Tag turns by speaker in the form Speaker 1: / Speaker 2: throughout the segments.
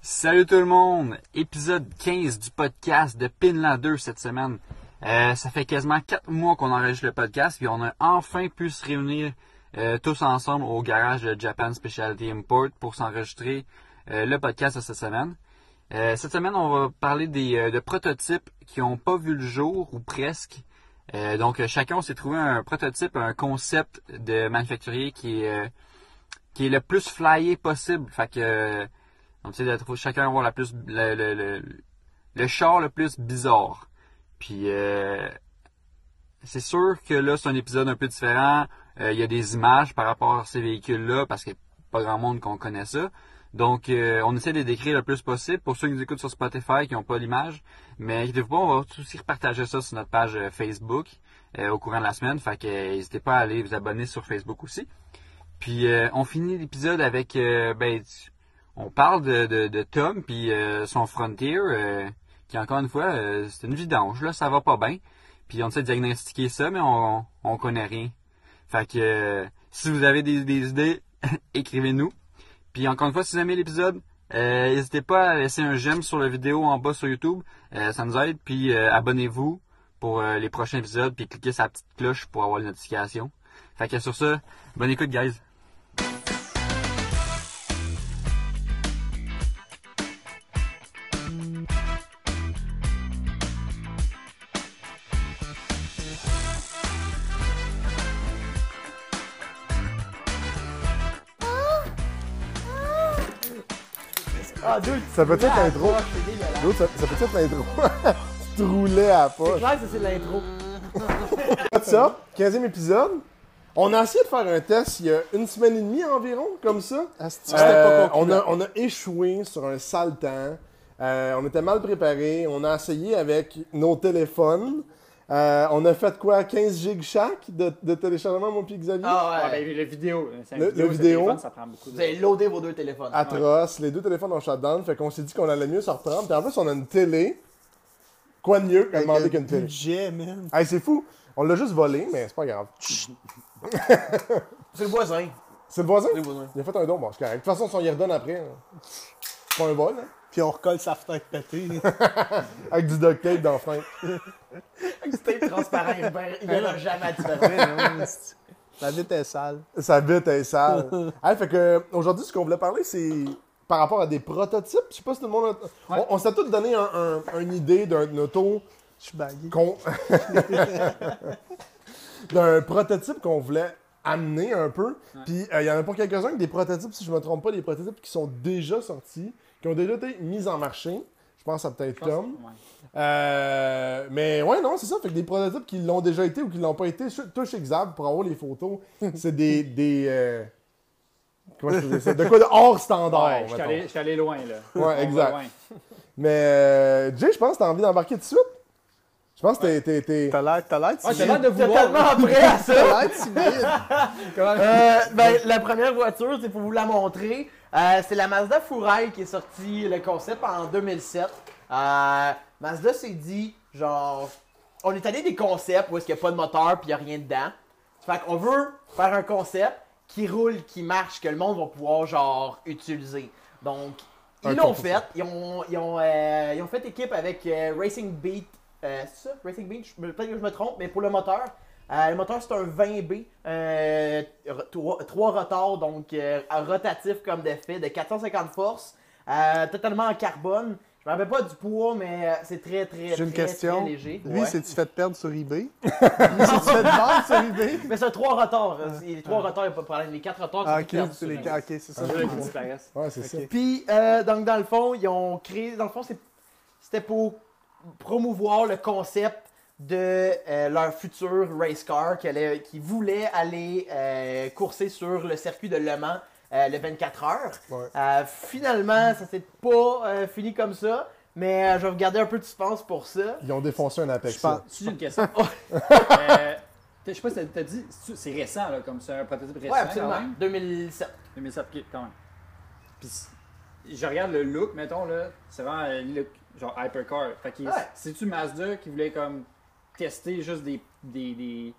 Speaker 1: Salut tout le monde! Épisode 15 du podcast de Pinland 2 cette semaine. Euh, ça fait quasiment 4 mois qu'on enregistre le podcast, puis on a enfin pu se réunir euh, tous ensemble au garage de Japan Specialty Import pour s'enregistrer euh, le podcast de cette semaine. Euh, cette semaine, on va parler des, euh, de prototypes qui n'ont pas vu le jour ou presque. Euh, donc, euh, chacun s'est trouvé un prototype, un concept de manufacturier qui est, euh, qui est le plus flyé possible. Fait que euh, on essaie de trouver- chacun avoir la plus le, le, le- le char le plus bizarre. Puis euh, c'est sûr que là c'est un épisode un peu différent. Euh, Il y a des images par rapport à ces véhicules-là parce qu'il n'y a pas grand monde qu'on connaît ça. Donc euh, on essaie de les décrire le plus possible pour ceux qui nous écoutent sur Spotify qui n'ont pas l'image. Mais inquiétez-vous pas, on va aussi repartager ça sur notre page euh, Facebook euh, au courant de la semaine. Fait que euh, n'hésitez pas à aller vous abonner sur Facebook aussi. Puis euh, on finit l'épisode avec euh, ben, tu- on parle de, de, de Tom puis euh, son Frontier euh, qui encore une fois euh, c'est une vidange là, ça va pas bien. Puis on essaie de diagnostiquer ça mais on on connaît rien. Fait que euh, si vous avez des, des idées, écrivez-nous. Puis encore une fois, si vous aimez l'épisode, euh, n'hésitez pas à laisser un j'aime sur la vidéo en bas sur YouTube, Euh, ça nous aide. Puis euh, abonnez-vous pour euh, les prochains épisodes, puis cliquez sur la petite cloche pour avoir les notifications. Fait que sur ça, bonne écoute guys.
Speaker 2: Ah, dude, ça peut être l'intro.
Speaker 3: Ah, c'est dégueulasse.
Speaker 2: Dude, ça, ça peut être l'intro. tu te roulais à la
Speaker 3: C'est
Speaker 2: poche.
Speaker 3: clair que ça, c'est l'intro.
Speaker 2: What's up? 15e épisode. On a essayé de faire un test il y a une semaine et demie environ, comme ça. Euh, on, a, on a échoué sur un sale temps. Euh, on était mal préparés. On a essayé avec nos téléphones. Euh, on a fait quoi? 15 gigs chaque de, de téléchargement, mon petit Xavier?
Speaker 3: Ah ouais.
Speaker 4: ben, le vidéo. c'est un
Speaker 2: Le- le
Speaker 4: c'est
Speaker 2: vidéo.
Speaker 4: téléphone, ça prend beaucoup
Speaker 3: Vous
Speaker 4: de...
Speaker 3: avez loadé vos deux téléphones.
Speaker 2: atroce. Les deux téléphones ont shutdown, fait qu'on s'est dit qu'on allait mieux s'en reprendre. Puis en plus, on a une télé. Quoi de mieux que de demander qu'une télé?
Speaker 5: budget, man.
Speaker 2: Hey, c'est fou. On l'a juste volé, mais c'est pas grave.
Speaker 3: C'est le voisin.
Speaker 2: C'est le voisin?
Speaker 3: le voisin.
Speaker 2: Il a fait un don, bon, c'est correct. De toute façon, si on y redonne après, hein, c'est pas un vol, hein?
Speaker 5: Puis on recolle sa fenêtre pétée.
Speaker 2: Avec du duct tape dans la fenêtre.
Speaker 3: C'était transparent, il ver- il
Speaker 4: Hein?
Speaker 3: verra jamais disparaître.
Speaker 5: La vie était sale.
Speaker 2: Ça vite, elle est sale. hey, fait que, aujourd'hui, ce qu'on voulait parler, c'est par rapport à des prototypes. Je sais pas si tout le monde a... On, on s'est tous donné un, un- une idée d'un auto
Speaker 5: Je suis bagué.
Speaker 2: qu'on... d'un prototype qu'on voulait amener un peu. Puis, euh, il y en a pas quelques-uns que des prototypes, si je me trompe pas, des prototypes qui sont déjà sortis, qui ont déjà été mis en marché. Je pense à peut-être
Speaker 4: Ouais.
Speaker 2: Tom. Euh, mais ouais, non, c'est ça. Fait que des prototypes qui l'ont déjà été ou qui l'ont pas été, ch- touche Xav pour avoir les photos. C'est des. des euh, Comment je faisais ça De quoi de hors standard.
Speaker 4: Ouais, je suis
Speaker 2: Ah, mettons.
Speaker 4: allé- je suis allé loin, là. On va
Speaker 2: exact.
Speaker 4: loin.
Speaker 2: Mais euh, Jay, je pense que t'as envie d'embarquer tout de suite. Je pense que t'es- t'es. t'es-
Speaker 5: T'as l'air, t'as l'air,
Speaker 4: Ouais, j'ai
Speaker 5: timide.
Speaker 4: l'air de
Speaker 3: Vous êtes
Speaker 4: vouloir.
Speaker 3: tellement prêt à ça.
Speaker 5: T'as l'air timide.
Speaker 3: Euh, ben, la première voiture, c'est pour vous la montrer. Euh, c'est la Mazda Fourail qui est sortie le concept en 2007. Euh, Mazda s'est dit, genre, on est allé des concepts où est-ce qu'il n'y a pas de moteur puis il n'y a rien dedans. Fait qu'on veut faire un concept qui roule, qui marche, que le monde va pouvoir, genre, utiliser. Donc, ils
Speaker 2: Un
Speaker 3: l'ont
Speaker 2: concept.
Speaker 3: fait. Ils ont, ils ont, euh, ils ont fait équipe avec euh, Racing Beat. euh, c'est ça? Racing Beat? Je me- Peut-être que je me trompe, mais pour le moteur, euh, le moteur, c'est un 20B, euh, re- trois, trois rotors, donc euh, rotatif comme d'effet, de 450 forces, euh, totalement en carbone. Je me rappelle pas du poids, mais euh, c'est très, très,
Speaker 5: J'ai une
Speaker 3: très,
Speaker 5: question.
Speaker 3: très léger.
Speaker 5: Lui,
Speaker 3: Ouais.
Speaker 5: c'est-tu fait perdre sur eBay? Lui, c'est-tu fait vendre sur eBay?
Speaker 3: Mais c'est un trois rotors. euh, Les trois rotors, il n'y a pas de problème. Les quatre rotors,
Speaker 5: Ah,
Speaker 3: c'est tout
Speaker 5: ok, c'est
Speaker 3: perdu,
Speaker 5: les
Speaker 3: ça,
Speaker 5: gars, ok, c'est ça.
Speaker 4: Je
Speaker 2: Ah.
Speaker 4: veux qu'ils disparaissent.
Speaker 2: Ouais, c'est ça.
Speaker 5: Ok.
Speaker 3: Puis, euh, donc, dans le fond, ils ont créé. Dans le fond, c'est- c'était pour promouvoir le concept de euh, leur futur race car qui, allait- qui voulait aller euh, courser sur le circuit de Le Mans euh, le 24 heures.
Speaker 2: Ouais.
Speaker 3: Euh, finalement, ça s'est pas euh, fini comme ça, mais euh, je vais regarder un peu de suspense pour ça.
Speaker 2: Ils ont défoncé un apex.
Speaker 5: Je pense.
Speaker 4: Tu une question. Euh, Je sais pas si t'as- t'as dit, c'est- c'est récent, là, comme c'est un prototype récent.
Speaker 3: ouais,
Speaker 4: Quand
Speaker 3: absolument.
Speaker 4: même.
Speaker 3: 2007.
Speaker 4: 2007, ok, quand même. Puis, je regarde le look, mettons, là. C'est vraiment euh, le look, genre hypercar. Fait que
Speaker 3: Ouais.
Speaker 4: c'est-tu Mazda qui voulait, comme, tester juste des, des, des,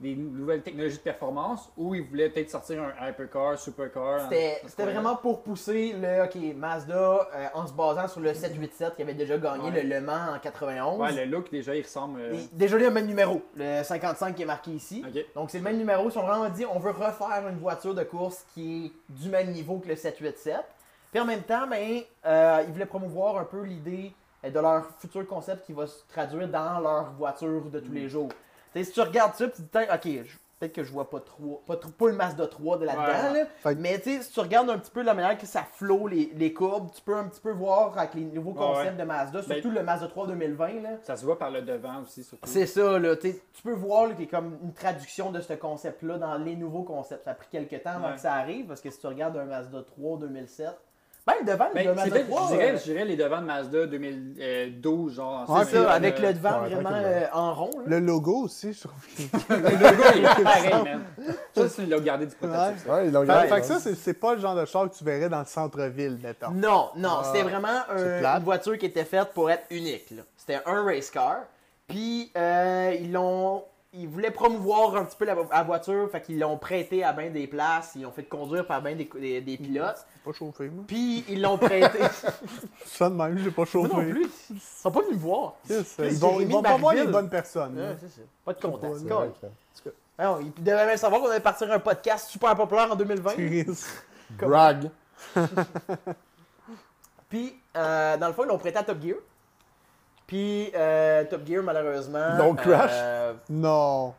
Speaker 4: des nouvelles technologies de performance ou ils voulaient peut-être sortir un hypercar, supercar.
Speaker 3: C'était
Speaker 4: en-
Speaker 3: c'était vraiment pour pousser le ok Mazda euh, en se basant sur le 787 qui avait déjà gagné
Speaker 4: Ouais.
Speaker 3: le Le Mans en 91.
Speaker 4: Ouais, le look déjà il ressemble. euh,
Speaker 3: Et Déjà lui a le même numéro, le 55 qui est marqué ici.
Speaker 4: Ok.
Speaker 3: Donc c'est le même numéro, ils sont vraiment dit on veut refaire une voiture de course qui est du même niveau que le 787. Puis en même temps, ben, euh, ils voulaient promouvoir un peu l'idée euh, de leur futur concept qui va se traduire dans leur voiture de tous les
Speaker 4: Mm.
Speaker 3: jours. Tu sais, si tu regardes ça, puis tu te dis ok, je- peut-être que je vois pas trop, pas trop, pas le Mazda 3 de là-dedans.
Speaker 4: Ouais.
Speaker 3: là.
Speaker 5: Fait que-
Speaker 3: Mais tu sais, si tu regardes un petit peu la manière que ça flow les, les courbes, tu peux un petit peu voir avec les nouveaux
Speaker 4: Ah ouais.
Speaker 3: concepts de Mazda, surtout le Mazda 3 2020 là.
Speaker 4: Ça se voit par le devant aussi surtout.
Speaker 3: C'est ça, là. tu sais, Tu peux voir là, qu'il y a comme une traduction de ce concept-là dans les nouveaux concepts. Ça a pris quelques temps avant
Speaker 4: Ouais.
Speaker 3: que ça arrive, parce que si tu regardes un Mazda 3 2007, ben le devant
Speaker 4: Ben,
Speaker 3: le
Speaker 4: c'est
Speaker 3: Mazda
Speaker 4: peut-être-
Speaker 3: 3.
Speaker 4: je, dirais,
Speaker 3: euh,
Speaker 4: je dirais les devants de Mazda 2012, genre.
Speaker 5: Ouais,
Speaker 4: en
Speaker 3: c'est
Speaker 4: série,
Speaker 3: ça, avec le
Speaker 4: euh,
Speaker 3: devant
Speaker 2: ouais,
Speaker 3: vraiment
Speaker 2: tranquillement.
Speaker 3: euh, en rond. là.
Speaker 5: Le logo aussi, je trouve. qu'il-
Speaker 4: Le gars, il est pareil, man. Ça, c'est le gardé du
Speaker 5: Ouais.
Speaker 4: prototype. ça.
Speaker 2: Ouais, ils l'ont
Speaker 5: Fait,
Speaker 2: gardé.
Speaker 5: fait que ça,
Speaker 2: hein.
Speaker 5: c'est c'est pas le genre de char que tu verrais dans le centre-ville, mettons.
Speaker 3: Non, non,
Speaker 5: Ah,
Speaker 3: c'était vraiment un-
Speaker 5: c'est plate.
Speaker 3: une voiture qui était faite pour être unique. là. C'était un race car. Puis euh, ils l'ont, ils voulaient promouvoir un petit peu la, la voiture, fait qu'ils l'ont prêtée à bien des places, ils l'ont fait conduire par bien des, des- des pilotes.
Speaker 5: J'ai pas chauffé, moi.
Speaker 3: Puis ils l'ont prêté.
Speaker 5: Ça de même, j'ai pas
Speaker 3: Moi
Speaker 5: chauffé.
Speaker 3: non plus, ils sont pas venus me voir.
Speaker 5: Yes,
Speaker 3: Chris,
Speaker 5: ils vont, ils
Speaker 3: Jérémy
Speaker 5: vont pas voir les
Speaker 3: Marville.
Speaker 5: bonnes personnes.
Speaker 3: Ouais,
Speaker 5: hein.
Speaker 3: c'est ça. Pas de contact.
Speaker 2: C'est
Speaker 3: c'est cool.
Speaker 2: vrai que-
Speaker 3: Ah non, ils devaient même savoir qu'on allait partir un podcast super populaire en 2020.
Speaker 5: Chris.
Speaker 2: Brag.
Speaker 3: Puis, euh, dans le fond, ils l'ont prêté à Top Gear. Puis, euh, Top Gear, malheureusement.
Speaker 2: Ils l'ont crash.
Speaker 3: euh,
Speaker 5: Non.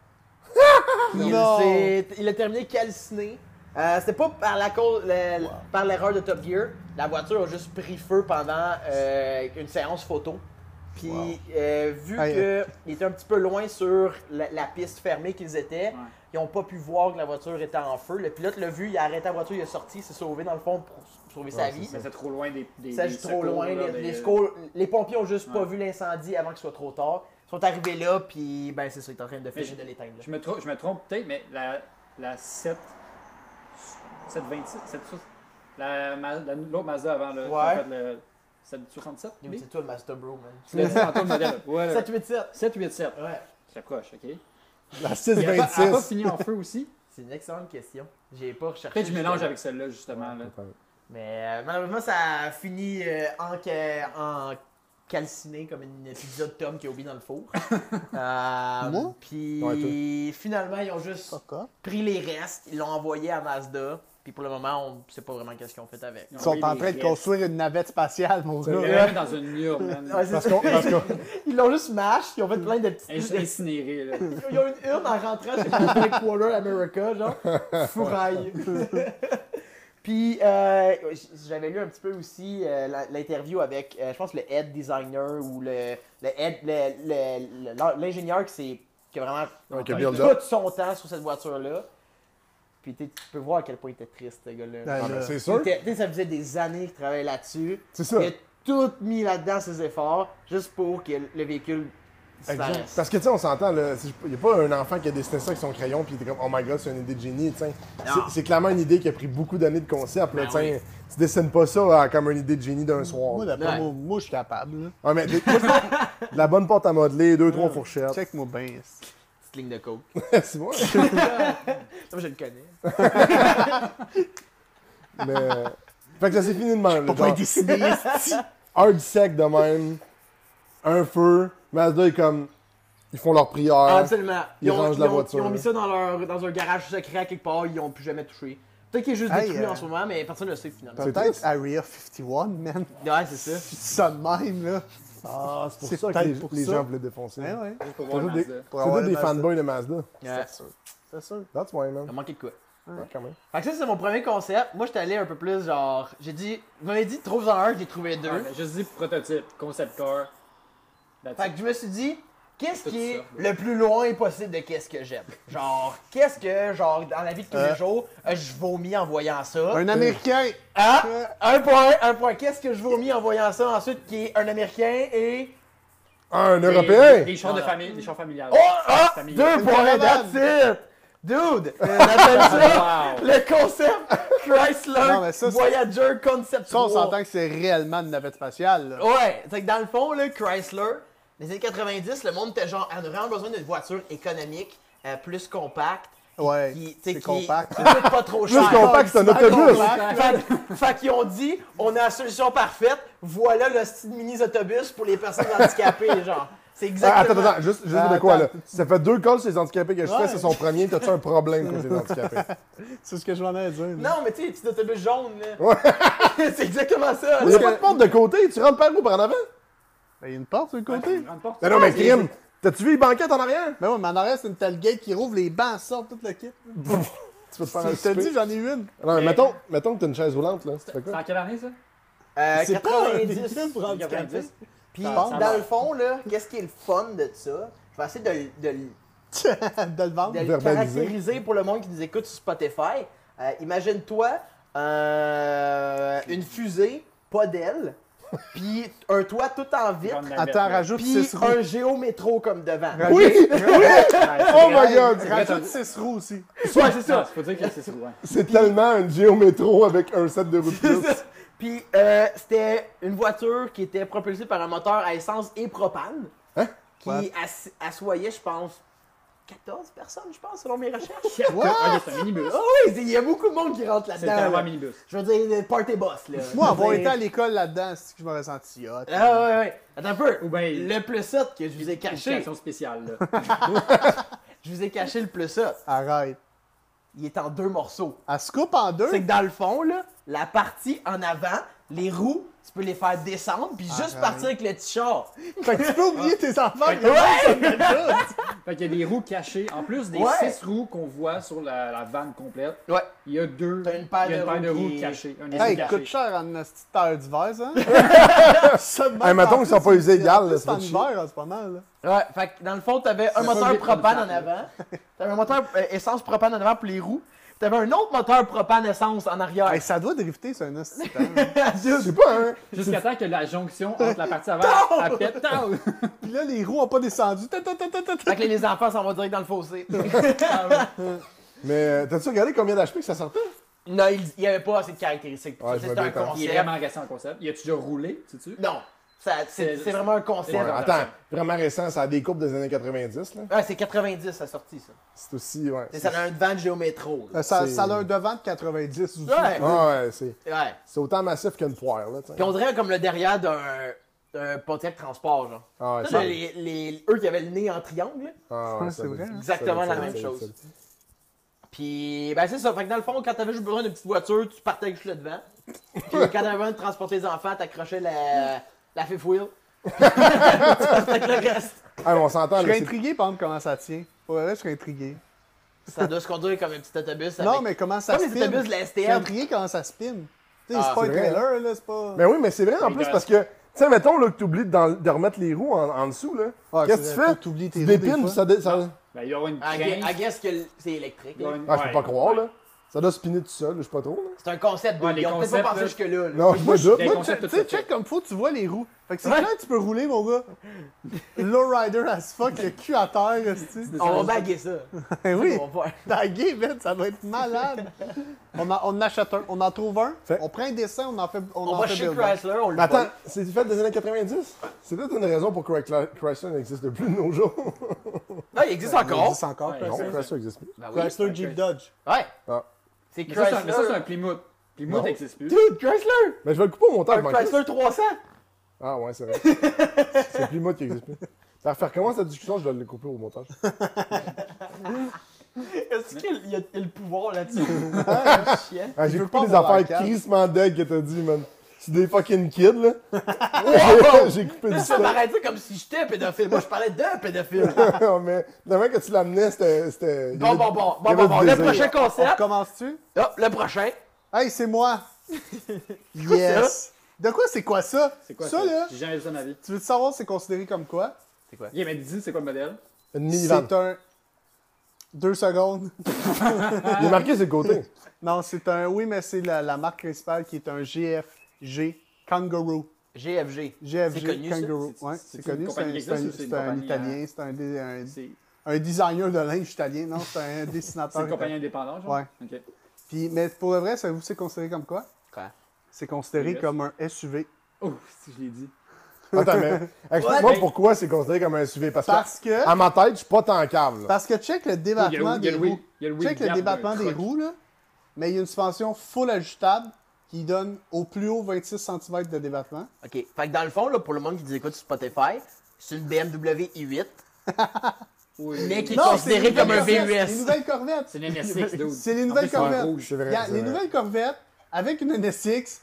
Speaker 3: il,
Speaker 5: Non.
Speaker 3: s'est- il a terminé calciné. Euh, C'était pas par la cause, le- par l'erreur de Top Gear. La voiture a juste pris feu pendant euh, une séance photo. Puis, euh, vu
Speaker 5: Aïe.
Speaker 3: qu'ils étaient un petit peu loin sur la, la piste fermée qu'ils étaient,
Speaker 4: Ouais.
Speaker 3: ils n'ont pas pu voir que la voiture était en feu. Le pilote l'a vu, il a arrêté la voiture, il a sorti, il s'est sauvé dans le fond pour sauver sa vie.
Speaker 4: Mais c'est trop loin des. des
Speaker 3: Ça
Speaker 4: des
Speaker 3: joue trop
Speaker 4: secours,
Speaker 3: loin.
Speaker 4: là, euh,
Speaker 3: Les,
Speaker 4: des-
Speaker 3: les secours- les pompiers ont juste pas
Speaker 4: Ouais.
Speaker 3: vu l'incendie avant qu'il soit trop tard. Ils sont arrivés là, puis ben c'est ça, ils sont en train de
Speaker 4: Mais
Speaker 3: ficher
Speaker 4: je-
Speaker 3: de l'éteindre. là.
Speaker 4: Je me, trompe- je me trompe peut-être, mais la, la 7. 726. 7, la, ma- la- l'autre Mazda avant le.
Speaker 3: Ouais.
Speaker 4: en fait, le 767.
Speaker 3: Yo, C'est toi le Master Bro, man.
Speaker 4: Tu l'as dit tantôt, le modèle. Ouais, le
Speaker 3: 787.
Speaker 4: 787.
Speaker 3: Ouais.
Speaker 4: J'approche, ok.
Speaker 2: La
Speaker 4: Il a pas, elle a pas
Speaker 2: 626.
Speaker 4: fini en feu aussi.
Speaker 3: C'est une excellente question. J'ai pas recherché.
Speaker 4: Peut-être que je mélange
Speaker 3: justement.
Speaker 4: avec celle-là, justement. là.
Speaker 3: Mais euh, malheureusement, ça a fini euh, en, ca- en calciné comme une pizza de Tom qui a oublié dans le four. Euh,
Speaker 5: Moi?
Speaker 3: Puis
Speaker 2: Ouais, Ah.
Speaker 3: finalement, ils ont juste
Speaker 5: Pourquoi?
Speaker 3: pris les restes, ils l'ont envoyé à Mazda. Puis pour le moment, on sait pas vraiment qu'est-ce qu'ils ont fait avec.
Speaker 4: Ils ont
Speaker 5: Ils sont
Speaker 4: envoyé
Speaker 5: en
Speaker 4: des
Speaker 5: train de
Speaker 4: pièces.
Speaker 5: construire une navette spatiale, mon
Speaker 4: Ils l'ont
Speaker 5: gars.
Speaker 4: mis dans une urne, man.
Speaker 3: Ouais, c'est
Speaker 2: Parce
Speaker 3: ça.
Speaker 2: qu'on. parce qu'on-
Speaker 3: Ils l'ont juste mash, ils ont fait plein de petits.
Speaker 4: Inc- Incinéré, là.
Speaker 3: Ils ont une urne en rentrant chez Public Quarter America, genre, fourraille. Puis, euh, j- j'avais lu un petit peu aussi euh, la- l'interview avec, euh, je pense, le head designer ou le, le head, le- le- le- l'ingénieur qui, s'est- qui a vraiment
Speaker 2: Ouais, qui a build up.
Speaker 3: tout son temps sur cette voiture-là. Puis, tu sais, tu peux voir à quel point il était triste, ce gars-là.
Speaker 5: Ouais,
Speaker 2: Ah,
Speaker 5: là.
Speaker 2: ben, C'est
Speaker 3: Il
Speaker 2: sûr.
Speaker 3: était- tu sais, ça faisait des années qu'il travaillait là-dessus.
Speaker 2: C'est ça.
Speaker 3: Il a tout mis là-dedans, ses efforts, juste pour que le véhicule
Speaker 2: Exact.
Speaker 3: disparaisse.
Speaker 2: Parce que, tu sais, on s'entend, il n'y a pas un enfant qui a dessiné ça avec son crayon puis il était comme, oh my god, c'est une idée de génie, tu sais. C'est-
Speaker 3: Non.
Speaker 2: C'est clairement une idée qui a pris beaucoup d'années de concept, là,
Speaker 3: Ben
Speaker 2: tu sais. Tu dessines pas ça euh, comme une idée de génie d'un soir.
Speaker 5: Moi,
Speaker 2: là.
Speaker 5: d'après
Speaker 3: Ouais.
Speaker 5: moi, moi, je suis capable. là.
Speaker 2: Ouais, mais des- de la bonne porte à modeler, deux, trois fourchettes.
Speaker 5: Check-moi bien. c'est-
Speaker 3: Petite ligne de coke.
Speaker 2: c'est moi.
Speaker 3: Ça, je le connais.
Speaker 2: Mais. euh, Fait que ça s'est fini de même. là,
Speaker 5: Pas bien
Speaker 2: genre,
Speaker 5: dessiné. esti.
Speaker 2: Hard sec de même. Un feu. Mazda est comme. Ils font leur prière.
Speaker 3: Absolument.
Speaker 2: Ah, Ils rangent la voiture.
Speaker 3: ils ont mis ça dans, leur, dans un garage secret à quelque part, ils n'ont plus jamais touché. Peut-être qu'il est juste
Speaker 5: Hey,
Speaker 3: détruit
Speaker 5: euh,
Speaker 3: en ce moment, mais personne ne le sait finalement.
Speaker 2: C'est
Speaker 5: Peut-être
Speaker 2: triste.
Speaker 5: Area 51, man.
Speaker 3: Ouais, c'est ça.
Speaker 5: Tu dis ça de même, là. Ah,
Speaker 2: C'est pour ça que les, les gens voulaient défoncer.
Speaker 5: Ouais, ouais.
Speaker 4: Juste pour
Speaker 2: C'est
Speaker 4: voir le
Speaker 2: tous des,
Speaker 4: Mazda.
Speaker 5: Pour
Speaker 2: c'est
Speaker 5: avoir
Speaker 2: tous
Speaker 5: le
Speaker 2: des
Speaker 5: Mazda.
Speaker 2: fanboys de Mazda.
Speaker 3: Ouais.
Speaker 5: C'est sûr.
Speaker 2: That's why, man.
Speaker 3: Il a manqué de quoi.
Speaker 2: Ouais, quand même.
Speaker 3: Fait que ça, c'est mon premier concept. Moi, j'étais allé un peu plus genre. J'ai dit. Vous m'avez dit, trouve-en un, j'ai trouvé deux.
Speaker 4: Ouais, mais je dis prototype, concept car. That's
Speaker 3: Fait
Speaker 4: it.
Speaker 3: que je me suis dit, qu'est-ce
Speaker 4: Tout
Speaker 3: qui est
Speaker 4: ça.
Speaker 3: le plus loin possible de qu'est-ce que j'aime? Genre, qu'est-ce que, genre, dans la vie de tous
Speaker 5: Euh.
Speaker 3: les jours, euh, je vomis en voyant ça?
Speaker 5: Un Américain.
Speaker 3: Ah! Un point, un point. Qu'est-ce que je vomis en voyant ça ensuite qui est un Américain et.
Speaker 2: Un
Speaker 4: Des-
Speaker 2: Européen!
Speaker 4: Des, des chars de
Speaker 3: Ah.
Speaker 4: famille, des chars familiales.
Speaker 3: Oh! Ah!
Speaker 4: Famille.
Speaker 3: Deux
Speaker 5: Une
Speaker 3: points,
Speaker 5: caravane.
Speaker 3: that's it! Dude! On appelle ça
Speaker 4: Wow!
Speaker 3: le concept Chrysler
Speaker 5: Non, mais ça, c'est-
Speaker 3: Voyager Concept
Speaker 5: Ça, on
Speaker 3: 3.
Speaker 5: s'entend que c'est réellement une navette spatiale, là.
Speaker 3: Ouais, c'est que dans le fond, le Chrysler, les années 90, le monde était genre, on a vraiment besoin d'une voiture économique euh, plus compacte.
Speaker 5: Ouais,
Speaker 3: Qui, tu sais,
Speaker 5: c'est
Speaker 3: qui-
Speaker 5: compact.
Speaker 3: qui coûte pas trop cher.
Speaker 2: Plus compact, c'est un autobus.
Speaker 3: Fait, fait qu'ils ont dit, on a la solution parfaite, voilà le style mini-autobus pour les personnes handicapées, genre. C'est
Speaker 2: Ah,
Speaker 3: exactement...
Speaker 2: attends, attends, juste, juste de
Speaker 5: Ah,
Speaker 2: quoi, là?
Speaker 5: attends.
Speaker 2: Ça fait deux calls sur les handicapés que je fais,
Speaker 5: Ouais.
Speaker 2: c'est son premier. T'as-tu un problème contre les handicapés?
Speaker 5: C'est ce que je m'en ai à dire. là.
Speaker 3: Non, mais tu sais, les petits autobus jaunes, là. c'est exactement ça.
Speaker 2: Il n'y
Speaker 3: là.
Speaker 2: a pas de porte de côté, tu rentres par où, par en avant?
Speaker 5: Ben, Il y a une porte sur le côté.
Speaker 4: Une grande porte.
Speaker 2: Non, Ben non, mais crime, t'as-tu vu les banquettes en arrière?
Speaker 5: Mais ouais, mais en arrière, c'est une tailgate qui rouvre, les bancs sortent, tout le kit.
Speaker 2: Tu peux te faire un
Speaker 5: Je te
Speaker 2: souper.
Speaker 5: dis, j'en ai une.
Speaker 2: Non, mais mettons, mettons que t'as une chaise roulante, là. Tu fais
Speaker 4: C'est
Speaker 2: quoi?
Speaker 4: en quelle année, ça?
Speaker 3: Euh,
Speaker 5: C'est pas un véhicule
Speaker 3: 90.
Speaker 5: pour handicapés.
Speaker 4: 90.
Speaker 3: Puis,
Speaker 5: Ça va.
Speaker 3: dans le fond, là, qu'est-ce qui est le fun de ça? Je vais essayer de, le- de, le-
Speaker 5: de le vendre.
Speaker 3: de le
Speaker 2: Verbaliser.
Speaker 3: caractériser pour le monde qui nous écoute sur Spotify. Euh, Imagine-toi euh, une fusée, pas d'aile, puis un toit tout en
Speaker 4: Grande
Speaker 3: vitre,
Speaker 5: Attends,
Speaker 4: navette,
Speaker 5: rajoute
Speaker 3: puis
Speaker 5: 6 roues.
Speaker 3: un géométro comme devant.
Speaker 2: Oui!
Speaker 4: là.
Speaker 2: Oh my god!
Speaker 5: Rajoute 6 roues aussi.
Speaker 3: Ouais, c'est
Speaker 4: Non,
Speaker 3: ça.
Speaker 4: faut dire que c'est ça, ouais.
Speaker 2: C'est tellement un géométro avec un set de roues de plus.
Speaker 3: Puis euh, c'était une voiture qui était propulsée par un moteur à essence et propane. Qui
Speaker 5: What?
Speaker 3: ass- assoyait, je pense, 14 personnes, je pense, selon mes recherches.
Speaker 4: Ok, c'est un minibus.
Speaker 3: Ah oui, il y a beaucoup de monde qui rentre
Speaker 4: C'est un
Speaker 3: là-dedans.
Speaker 4: vrai
Speaker 3: là.
Speaker 4: minibus.
Speaker 3: Je veux dire, le party boss, là.
Speaker 5: Moi, avoir
Speaker 3: Je veux
Speaker 5: été
Speaker 3: dire-
Speaker 5: à l'école là-dedans, c'est que je m'aurais senti hot.
Speaker 3: Ah ouais, ouais. Attends un peu.
Speaker 4: Ou bien-
Speaker 3: Le plus hot que je vous ai
Speaker 4: Une
Speaker 3: caché.
Speaker 4: situation spéciale, là.
Speaker 3: Je vous ai caché le plus hot.
Speaker 5: Arrête.
Speaker 3: Il est en deux morceaux.
Speaker 5: Elle se coupe en deux.
Speaker 3: C'est que dans le fond, là, la partie en avant, les roues, tu peux les faire descendre, puis juste
Speaker 5: Arrête.
Speaker 3: partir avec le petit char.
Speaker 5: Fait que tu peux oublier tes enfants. mais-
Speaker 4: Fait qu'il y a des roues cachées. En plus des
Speaker 3: Ouais.
Speaker 4: six roues qu'on voit sur la, la vanne complète,
Speaker 3: Ouais.
Speaker 4: il y a deux.
Speaker 3: T'as une paire
Speaker 4: il y a
Speaker 3: de
Speaker 4: une paire de
Speaker 3: roues
Speaker 4: roues
Speaker 3: qui-
Speaker 4: cachées. Un
Speaker 5: Hey,
Speaker 4: essai
Speaker 5: il
Speaker 4: caché.
Speaker 5: coûte cher en esti de terre d'hiver, ça. ça demande
Speaker 2: Hey, mettons
Speaker 5: en
Speaker 2: qu'ils
Speaker 5: plus,
Speaker 2: sont pas usés
Speaker 5: en
Speaker 2: égales,
Speaker 5: plus,
Speaker 2: là, c'est
Speaker 5: en
Speaker 2: pas chier.
Speaker 5: hiver, c'est pas mal. là.
Speaker 3: Ouais, fait que dans le fond, t'avais un
Speaker 4: C'est
Speaker 3: moteur
Speaker 4: pas
Speaker 3: propane
Speaker 4: vite
Speaker 3: en
Speaker 4: comme ça,
Speaker 3: avant. T'avais un moteur euh, essence propane en avant pour les roues. T'avais un autre moteur propane essence en arrière.
Speaker 5: Hey, ça doit drifter, c'est un esti de temps.
Speaker 2: Je sais pas, hein?
Speaker 4: Jusqu'à temps que la jonction entre la partie avant à pète. Tao!
Speaker 5: Puis là, les roues ont pas descendu. Ta, ta, ta, ta, ta, ta.
Speaker 3: fait que là, les enfants s'en vont direct dans le fossé.
Speaker 2: Mais euh, t'as-tu regardé combien d'HP que ça sortait?
Speaker 3: non, il n'y avait pas assez de caractéristiques. pour
Speaker 2: Ouais,
Speaker 3: ça.
Speaker 2: je
Speaker 3: C'est
Speaker 2: me
Speaker 3: un
Speaker 2: doute, hein.
Speaker 4: Il est
Speaker 3: concept.
Speaker 4: vraiment resté en concept. Il a-tu déjà roulé, sais-tu? Ben,
Speaker 3: Non, ça- c'est
Speaker 4: C'est-
Speaker 3: c'est vraiment un concept.
Speaker 4: Ouais,
Speaker 2: Ouais, attends, vraiment récent, ça a des coupes des années 90, là.
Speaker 3: Ouais, c'est 90 la sortie, ça.
Speaker 2: C'est aussi, ouais.
Speaker 3: C'est ça a un van géométro. là.
Speaker 5: Euh, Ça,
Speaker 2: C'est-
Speaker 5: ça a un devant de 90 aussi.
Speaker 3: Ouais.
Speaker 2: Ah ouais, c'est
Speaker 3: Ouais.
Speaker 2: c'est autant massif qu'une poire, là, tu sais.
Speaker 3: Puis on dirait comme le derrière d'un d'un Pontiac Transport, genre.
Speaker 2: Ah ouais,
Speaker 3: Tu sais,
Speaker 2: ça-
Speaker 3: les, les- eux qui avaient le nez en triangle, là.
Speaker 2: ah ouais,
Speaker 5: Ouais,
Speaker 2: ça-
Speaker 5: c'est vrai, hein.
Speaker 3: Exactement
Speaker 2: ça-
Speaker 3: la
Speaker 2: ça-
Speaker 3: même
Speaker 2: ça-
Speaker 3: chose.
Speaker 2: ça-
Speaker 3: Puis, ben c'est ça. Fait que dans le fond, quand t'avais juste besoin d'une petite voiture, tu partais avec juste le devant. Puis quand t'avais besoin de transporter les enfants, t'accrochais la, la fifth wheel. tu partais avec le reste.
Speaker 2: Ah, mais on s'entend, là,
Speaker 5: Je serais
Speaker 2: c'est-
Speaker 5: intrigué par exemple comment ça tient. Pour le reste, je serais intrigué.
Speaker 3: Ça doit se conduire comme un petit autobus.
Speaker 5: Non,
Speaker 3: avec-
Speaker 5: mais comment ça
Speaker 3: Comme les
Speaker 5: spin?
Speaker 3: autobus de la
Speaker 5: Je serais
Speaker 3: STM.
Speaker 5: intrigué comment ça spin. Tu sais,
Speaker 3: Ah,
Speaker 5: c'est pas
Speaker 2: c'est
Speaker 5: un
Speaker 2: vrai,
Speaker 5: trailer, là, c'est pas.
Speaker 2: Mais oui, mais c'est vrai en
Speaker 4: Oui,
Speaker 2: plus
Speaker 4: t'as-
Speaker 2: parce que, tu sais, mettons là, que tu oublies de, dans- de remettre les roues en, en dessous, là.
Speaker 5: Ah,
Speaker 2: Qu'est-ce que tu
Speaker 5: c'est vrai,
Speaker 2: fais?
Speaker 5: faut que t'oublies tes
Speaker 2: Tu
Speaker 5: roues des
Speaker 2: dépines,
Speaker 5: fois.
Speaker 2: puis ça. dé- ça...
Speaker 4: Ben, il y aura une
Speaker 3: I
Speaker 4: crainte.
Speaker 3: guess, I guess que l- c'est électrique.
Speaker 4: il y
Speaker 3: là.
Speaker 4: aura une-
Speaker 2: Ah, je peux pas
Speaker 4: ouais.
Speaker 2: croire, là. Ça doit spinner tout seul, je sais pas trop, là.
Speaker 3: C'est un concept.
Speaker 4: Ouais,
Speaker 3: de
Speaker 4: les
Speaker 3: Ils ont peut-être pas
Speaker 4: concepts,
Speaker 3: pensé
Speaker 4: là.
Speaker 3: jusque-là. là.
Speaker 2: Non, je me doute.
Speaker 4: des
Speaker 5: Moi,
Speaker 4: concepts
Speaker 5: tu
Speaker 4: tout
Speaker 5: sais,
Speaker 4: ça.
Speaker 5: check comme faut, tu vois les roues. Fait que c'est
Speaker 3: Ouais.
Speaker 5: clair que tu peux rouler, mon gars. Lowrider as fuck, le cul à terre, esti.
Speaker 3: On va baguer ça.
Speaker 5: Ben oui,
Speaker 3: On va faire.
Speaker 5: tagué, man, ça doit être malade. On en, on en achète un, on en trouve un,
Speaker 2: Fait-
Speaker 5: on prend un dessin, on en fait on
Speaker 3: On
Speaker 5: en
Speaker 3: va
Speaker 5: fait
Speaker 3: chez
Speaker 5: builder.
Speaker 3: Chrysler, on le
Speaker 2: Mais attends,
Speaker 3: vole.
Speaker 2: c'est du fait des années 90? C'est peut-être une raison pour que Chrysler Chrysler n'existe plus de nos jours.
Speaker 3: Non, il existe
Speaker 5: Il
Speaker 3: encore.
Speaker 5: existe encore,
Speaker 4: Ouais,
Speaker 2: Non,
Speaker 5: Chrysler.
Speaker 2: Chrysler n'existe plus.
Speaker 3: Ben oui.
Speaker 5: Chrysler Jeep Dodge.
Speaker 3: Ouais.
Speaker 2: Ah.
Speaker 3: C'est
Speaker 4: Mais ça, c'est un- mais ça, c'est
Speaker 3: Chrysler.
Speaker 4: un Plymouth. Plymouth
Speaker 2: Non.
Speaker 4: n'existe plus.
Speaker 3: Dude, Chrysler!
Speaker 2: Mais je vais le couper au montage,
Speaker 3: Un
Speaker 2: mon Chris.
Speaker 3: Chrysler 300!
Speaker 2: Ah ouais, c'est vrai. c'est plus moi qui existe plus. Ça va faire comment cette discussion, je vais le couper au montage.
Speaker 3: Est-ce qu'il y a, il y a le pouvoir là-dessus? Chien.
Speaker 2: Ah,
Speaker 5: Il
Speaker 2: J'ai
Speaker 5: veut
Speaker 2: coupé
Speaker 5: pas
Speaker 2: des
Speaker 5: avoir la
Speaker 2: affaires
Speaker 5: carte.
Speaker 2: crissement deg que t'as dit, man. C'est des fucking kids, là. J'ai coupé du
Speaker 3: Ça
Speaker 2: stock.
Speaker 3: m'arrête comme si j'étais un pédophile. Moi, je parlais d'un pédophile.
Speaker 2: Non, mais la main que tu l'amenais, c'était. c'était- il y
Speaker 3: Bon,
Speaker 2: avait-
Speaker 3: bon, bon.
Speaker 2: il y
Speaker 3: Bon, bon,
Speaker 2: avait du
Speaker 3: bon. Le
Speaker 2: désir.
Speaker 3: prochain
Speaker 5: On
Speaker 3: concept.
Speaker 5: commence-tu?
Speaker 3: Hop, le prochain.
Speaker 5: Hey, c'est moi! yes! De quoi c'est quoi ça?
Speaker 4: C'est quoi
Speaker 5: ça?
Speaker 4: ça?
Speaker 5: là?
Speaker 4: J'ai jamais vu ça de ma vie.
Speaker 5: Tu veux te savoir c'est considéré comme quoi?
Speaker 4: Ok, mais dis c'est quoi le modèle?
Speaker 2: Une minivan.
Speaker 5: C'est un. Deux secondes.
Speaker 2: Il est marqué sur le côté.
Speaker 5: Non, c'est un. Oui, mais c'est la, la marque principale qui est un GFG Kangaroo.
Speaker 3: GFG. C'est
Speaker 5: GFG
Speaker 3: connu, ça?
Speaker 5: Kangaroo.
Speaker 4: C'est-
Speaker 5: Ouais,
Speaker 4: c'est-
Speaker 5: c'est
Speaker 4: c'est une
Speaker 5: connu. C'est
Speaker 4: compagnie
Speaker 5: un,
Speaker 4: qui existe ou
Speaker 5: c'est un-
Speaker 4: c'est une
Speaker 5: c'est un
Speaker 4: compagnie,
Speaker 5: italien. C'est un, dé- un-
Speaker 4: C'est
Speaker 5: un designer de linge italien. Non, c'est un
Speaker 4: c'est
Speaker 5: dessinateur.
Speaker 4: une compagnie indépendante, genre?
Speaker 5: Ah, Ouais.
Speaker 4: Ok.
Speaker 5: Puis, mais pour le vrai, savez-vous, c'est considéré comme quoi?
Speaker 3: Quoi?
Speaker 5: C'est considéré
Speaker 4: Yes.
Speaker 5: comme un SUV.
Speaker 4: Oh, si je l'ai dit.
Speaker 2: Attends, mais explique-moi
Speaker 4: Ouais, mais-
Speaker 2: pourquoi c'est considéré comme un SUV. Parce,
Speaker 5: Parce que-
Speaker 2: que, à ma tête, je suis pas tant cave. là.
Speaker 5: Parce que check
Speaker 4: Il y
Speaker 5: le
Speaker 4: a
Speaker 5: débattement
Speaker 4: le- il y
Speaker 5: des
Speaker 4: a le wheel-
Speaker 5: roues.
Speaker 4: il y a le
Speaker 5: Check
Speaker 4: wheel
Speaker 5: le
Speaker 4: gap
Speaker 5: débattement
Speaker 4: d'un
Speaker 5: des
Speaker 4: truck.
Speaker 5: roues, là. Mais il y a une suspension full ajustable qui donne au plus haut 26 cm de débattement.
Speaker 3: OK. Fait que dans le fond, là, pour le monde qui nous écoute sur Spotify, c'est une BMW i8,
Speaker 4: Oui.
Speaker 3: mais qui est
Speaker 5: Non,
Speaker 3: considérée
Speaker 5: les
Speaker 3: comme un
Speaker 5: nouvelles
Speaker 3: VUS.
Speaker 5: Corvettes, Les nouvelles corvettes.
Speaker 4: C'est une MSX, dude.
Speaker 5: C'est les
Speaker 4: En
Speaker 5: nouvelles
Speaker 4: plus, c'est un
Speaker 5: corvettes.
Speaker 4: rouge.
Speaker 2: C'est vrai,
Speaker 5: Regarde,
Speaker 2: c'est
Speaker 5: les
Speaker 2: vrai.
Speaker 5: nouvelles corvettes avec une NSX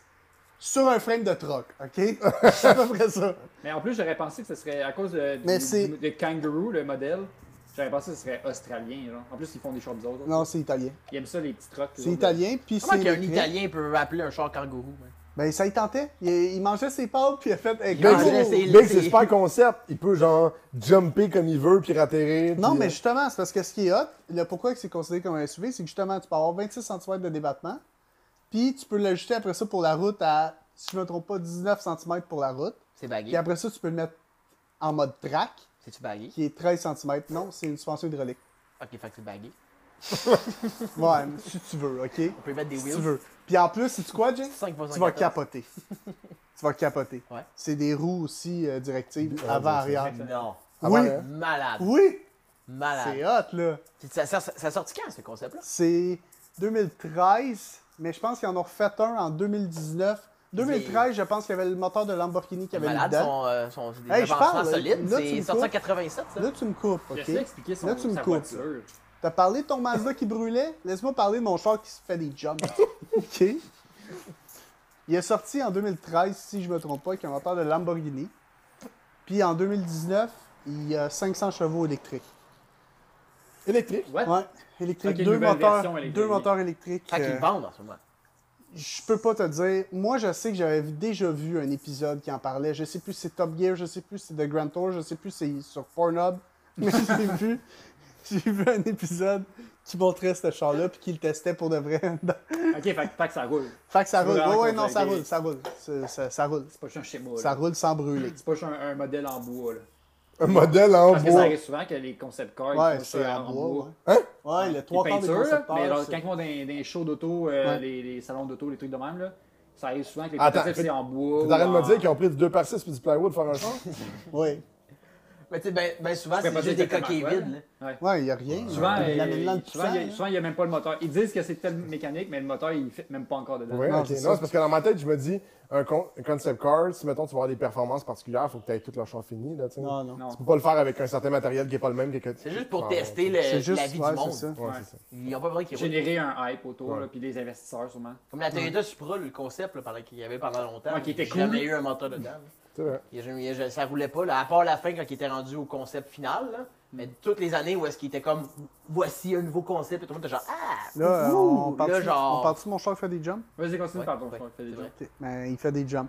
Speaker 5: sur un frame de troc, OK? C'est à peu près ça.
Speaker 4: Mais en plus, j'aurais pensé que ce serait à cause de,
Speaker 5: Mais
Speaker 4: du-
Speaker 5: c'est-
Speaker 4: du- de Kangaroo, le modèle. J'aurais pensé que ce serait australien. Genre. En plus, ils font des choses bizarres. là.
Speaker 5: Non, c'est italien.
Speaker 4: Ils aiment ça, les petits trucks.
Speaker 5: C'est italien, puis
Speaker 3: Comment
Speaker 5: c'est...
Speaker 3: qu'un
Speaker 5: électrique.
Speaker 3: Italien peut appeler un char kangourou? hein?
Speaker 5: Ben, ça y tentait. Il, il mangeait ses pâtes, puis il a fait... hey,
Speaker 2: Big,
Speaker 3: Ah,
Speaker 5: go!
Speaker 3: là, c'est-
Speaker 2: Big, c'est
Speaker 3: c'est-
Speaker 2: super concept. Il peut, genre, jumper comme il veut, puis ratterrir.
Speaker 5: Non,
Speaker 2: puis,
Speaker 5: mais
Speaker 2: euh,
Speaker 5: justement, c'est parce que ce qui est hot, le pourquoi que c'est considéré comme un SUV, c'est que justement, tu peux avoir 26 cm de débattement, puis tu peux l'ajuster après ça pour la route à, si je ne me trompe pas, 19 cm pour la route.
Speaker 3: C'est
Speaker 5: Puis
Speaker 3: bagué.
Speaker 5: après ça, tu peux le mettre en mode track,
Speaker 3: C'est-tu bagué?
Speaker 5: qui est 13 cm. Non, c'est une suspension hydraulique.
Speaker 3: OK, fait que c'est bagué.
Speaker 5: Ouais, si tu veux, OK?
Speaker 3: On peut mettre des
Speaker 5: Si
Speaker 3: wheels.
Speaker 5: tu veux. Puis en plus, c'est tu quoi, Jay?
Speaker 3: Cinq fois
Speaker 5: Tu vas
Speaker 3: 114.
Speaker 5: capoter. tu vas capoter.
Speaker 3: Ouais.
Speaker 5: C'est des roues aussi euh, directives avant-arrière.
Speaker 3: Non.
Speaker 5: Oui,
Speaker 2: avant-arrière.
Speaker 3: Malade.
Speaker 5: oui! Ah C'est
Speaker 3: Malade.
Speaker 5: hot, là.
Speaker 3: Puis Ça, ça, ça sortit quand, ce concept-là?
Speaker 5: C'est 2013, mais je pense qu'ils en ont refait un en 2019. 2013, je pense qu'il y avait le moteur de Lamborghini qui avait mis
Speaker 3: Malade,
Speaker 5: dedans.
Speaker 3: sont, euh, sont c'est des
Speaker 5: Hey, je
Speaker 3: avancements
Speaker 5: parle, là,
Speaker 3: solides.
Speaker 5: là, tu
Speaker 3: C'est
Speaker 5: me
Speaker 3: sorti en
Speaker 5: coupes.
Speaker 3: 87, ça.
Speaker 5: Là, tu me coupes, OK?
Speaker 4: Laisse-le expliquer son,
Speaker 5: Là, tu me
Speaker 4: sa
Speaker 5: coupes.
Speaker 4: voiture.
Speaker 5: T'as parlé de ton Mazda qui brûlait? Laisse-moi parler de mon char qui se fait des jumps. OK. Il est sorti en 2013, si je me trompe pas, avec un moteur de Lamborghini. Puis en 2019, il y a 500 chevaux électriques.
Speaker 2: Électrique.
Speaker 4: What?
Speaker 5: Ouais, électrique.
Speaker 4: Ok,
Speaker 5: deux,
Speaker 4: nouvelle
Speaker 5: moteurs,
Speaker 4: version électrique.
Speaker 5: deux moteurs électriques.
Speaker 3: Fait qu'ils
Speaker 5: euh,
Speaker 3: le vendent en ce moment.
Speaker 5: Je peux pas te dire. Moi, je sais que j'avais déjà vu un épisode qui en parlait. Je sais plus si c'est Top Gear, je sais plus si c'est The Grand Tour, je sais plus si c'est sur Pornhub. Mais j'ai vu, j'ai vu un épisode qui montrait ce char-là puis qui le testait pour de vrai.
Speaker 4: Ok, fait, que- fait que ça roule.
Speaker 5: fait que ça roule.
Speaker 4: Vraiment
Speaker 5: Ouais, ouais, non,
Speaker 4: convaincu.
Speaker 5: ça roule, ça roule. C'est- Ça, ça roule.
Speaker 4: C'est pas juste un schéma. là.
Speaker 5: Ça roule sans brûler.
Speaker 4: C'est pas juste un, un modèle en bois. Là.
Speaker 2: euh, Un modèle en
Speaker 4: Parce que ça
Speaker 2: bois.
Speaker 4: arrive souvent que les concept cars ils
Speaker 5: Ouais,
Speaker 4: font
Speaker 5: c'est
Speaker 4: ça
Speaker 5: à
Speaker 4: en
Speaker 5: bois.
Speaker 4: bois.
Speaker 5: Ouais. Ouais, le trois
Speaker 4: Les
Speaker 5: quarts des
Speaker 4: Hein? peintures, là,
Speaker 5: concepteurs.
Speaker 4: mais genre,
Speaker 5: c'est-
Speaker 4: quand ils font des, des shows d'auto, euh,
Speaker 5: Ouais.
Speaker 4: les, les salons d'auto, les trucs de même, là, ça arrive souvent que les
Speaker 2: Attends,
Speaker 4: prototypes
Speaker 2: fait-
Speaker 4: c'est en bois.
Speaker 2: T'es
Speaker 4: ou
Speaker 2: en train de
Speaker 4: en-
Speaker 2: me dire qu'ils ont pris du 2x6 puis du plywood pour faire un
Speaker 5: Ah,
Speaker 2: char?
Speaker 5: Ouais.
Speaker 3: Mais tu sais, ben, ben souvent,
Speaker 4: pourrais
Speaker 3: c'est
Speaker 4: pas
Speaker 3: juste
Speaker 4: dire
Speaker 3: des coquilles
Speaker 4: exactement
Speaker 3: vides.
Speaker 5: Ouais, il y a rien.
Speaker 4: Souvent,
Speaker 5: Il
Speaker 4: euh,
Speaker 5: l'amène là, le
Speaker 4: souvent, il-
Speaker 5: poussant,
Speaker 4: souvent, il n'y a même pas le moteur. Ils disent que c'est telle mécanique, mais le moteur, il ne fit même pas encore dedans.
Speaker 2: Oui,
Speaker 5: Non,
Speaker 2: ok.
Speaker 5: c'est ça.
Speaker 2: Non, c'est parce que dans ma tête, je me dis, un, con- un concept car, si mettons tu vas avoir des performances particulières, il faut que tu aies tout leur champ fini. Là, tu sais.
Speaker 5: Non, non.
Speaker 4: Non.
Speaker 2: Tu peux pas le faire avec un certain matériel qui n'est pas le même que. que-
Speaker 3: C'est juste pour
Speaker 2: Ah,
Speaker 3: tester
Speaker 2: ok.
Speaker 3: le-
Speaker 5: C'est juste,
Speaker 3: la vie
Speaker 5: ouais,
Speaker 3: du
Speaker 5: c'est
Speaker 3: monde.
Speaker 5: ça.
Speaker 2: Ouais, c'est ça.
Speaker 3: Ils n'ont pas besoin qu'ils roulent.
Speaker 4: Générer un hype autour, là, puis des investisseurs sûrement.
Speaker 3: Comme la Toyota Supra, le concept là, pendant qu'il y avait pendant longtemps,
Speaker 4: Ouais, qui était
Speaker 3: il n'y a jamais
Speaker 4: cool.
Speaker 3: eu un moteur dedans. là.
Speaker 2: C'est vrai.
Speaker 3: Il y a jamais- il y a- ça roulait pas, là, à part la fin quand il était rendu au concept final. là. Mais toutes les années où est-ce qu'il était comme voici un nouveau concept et tout le monde était genre ah
Speaker 5: Là,
Speaker 3: ouh,
Speaker 5: on parle
Speaker 3: là, genre
Speaker 5: on parle-tu de mon char qui fait des jumps?
Speaker 4: Vas-y, continue,
Speaker 3: Ouais,
Speaker 4: pardon.
Speaker 3: ouais,
Speaker 4: je crois que
Speaker 3: c'est
Speaker 4: t'as déjà-
Speaker 3: vrai.
Speaker 5: Ok, Mais il fait des jumps.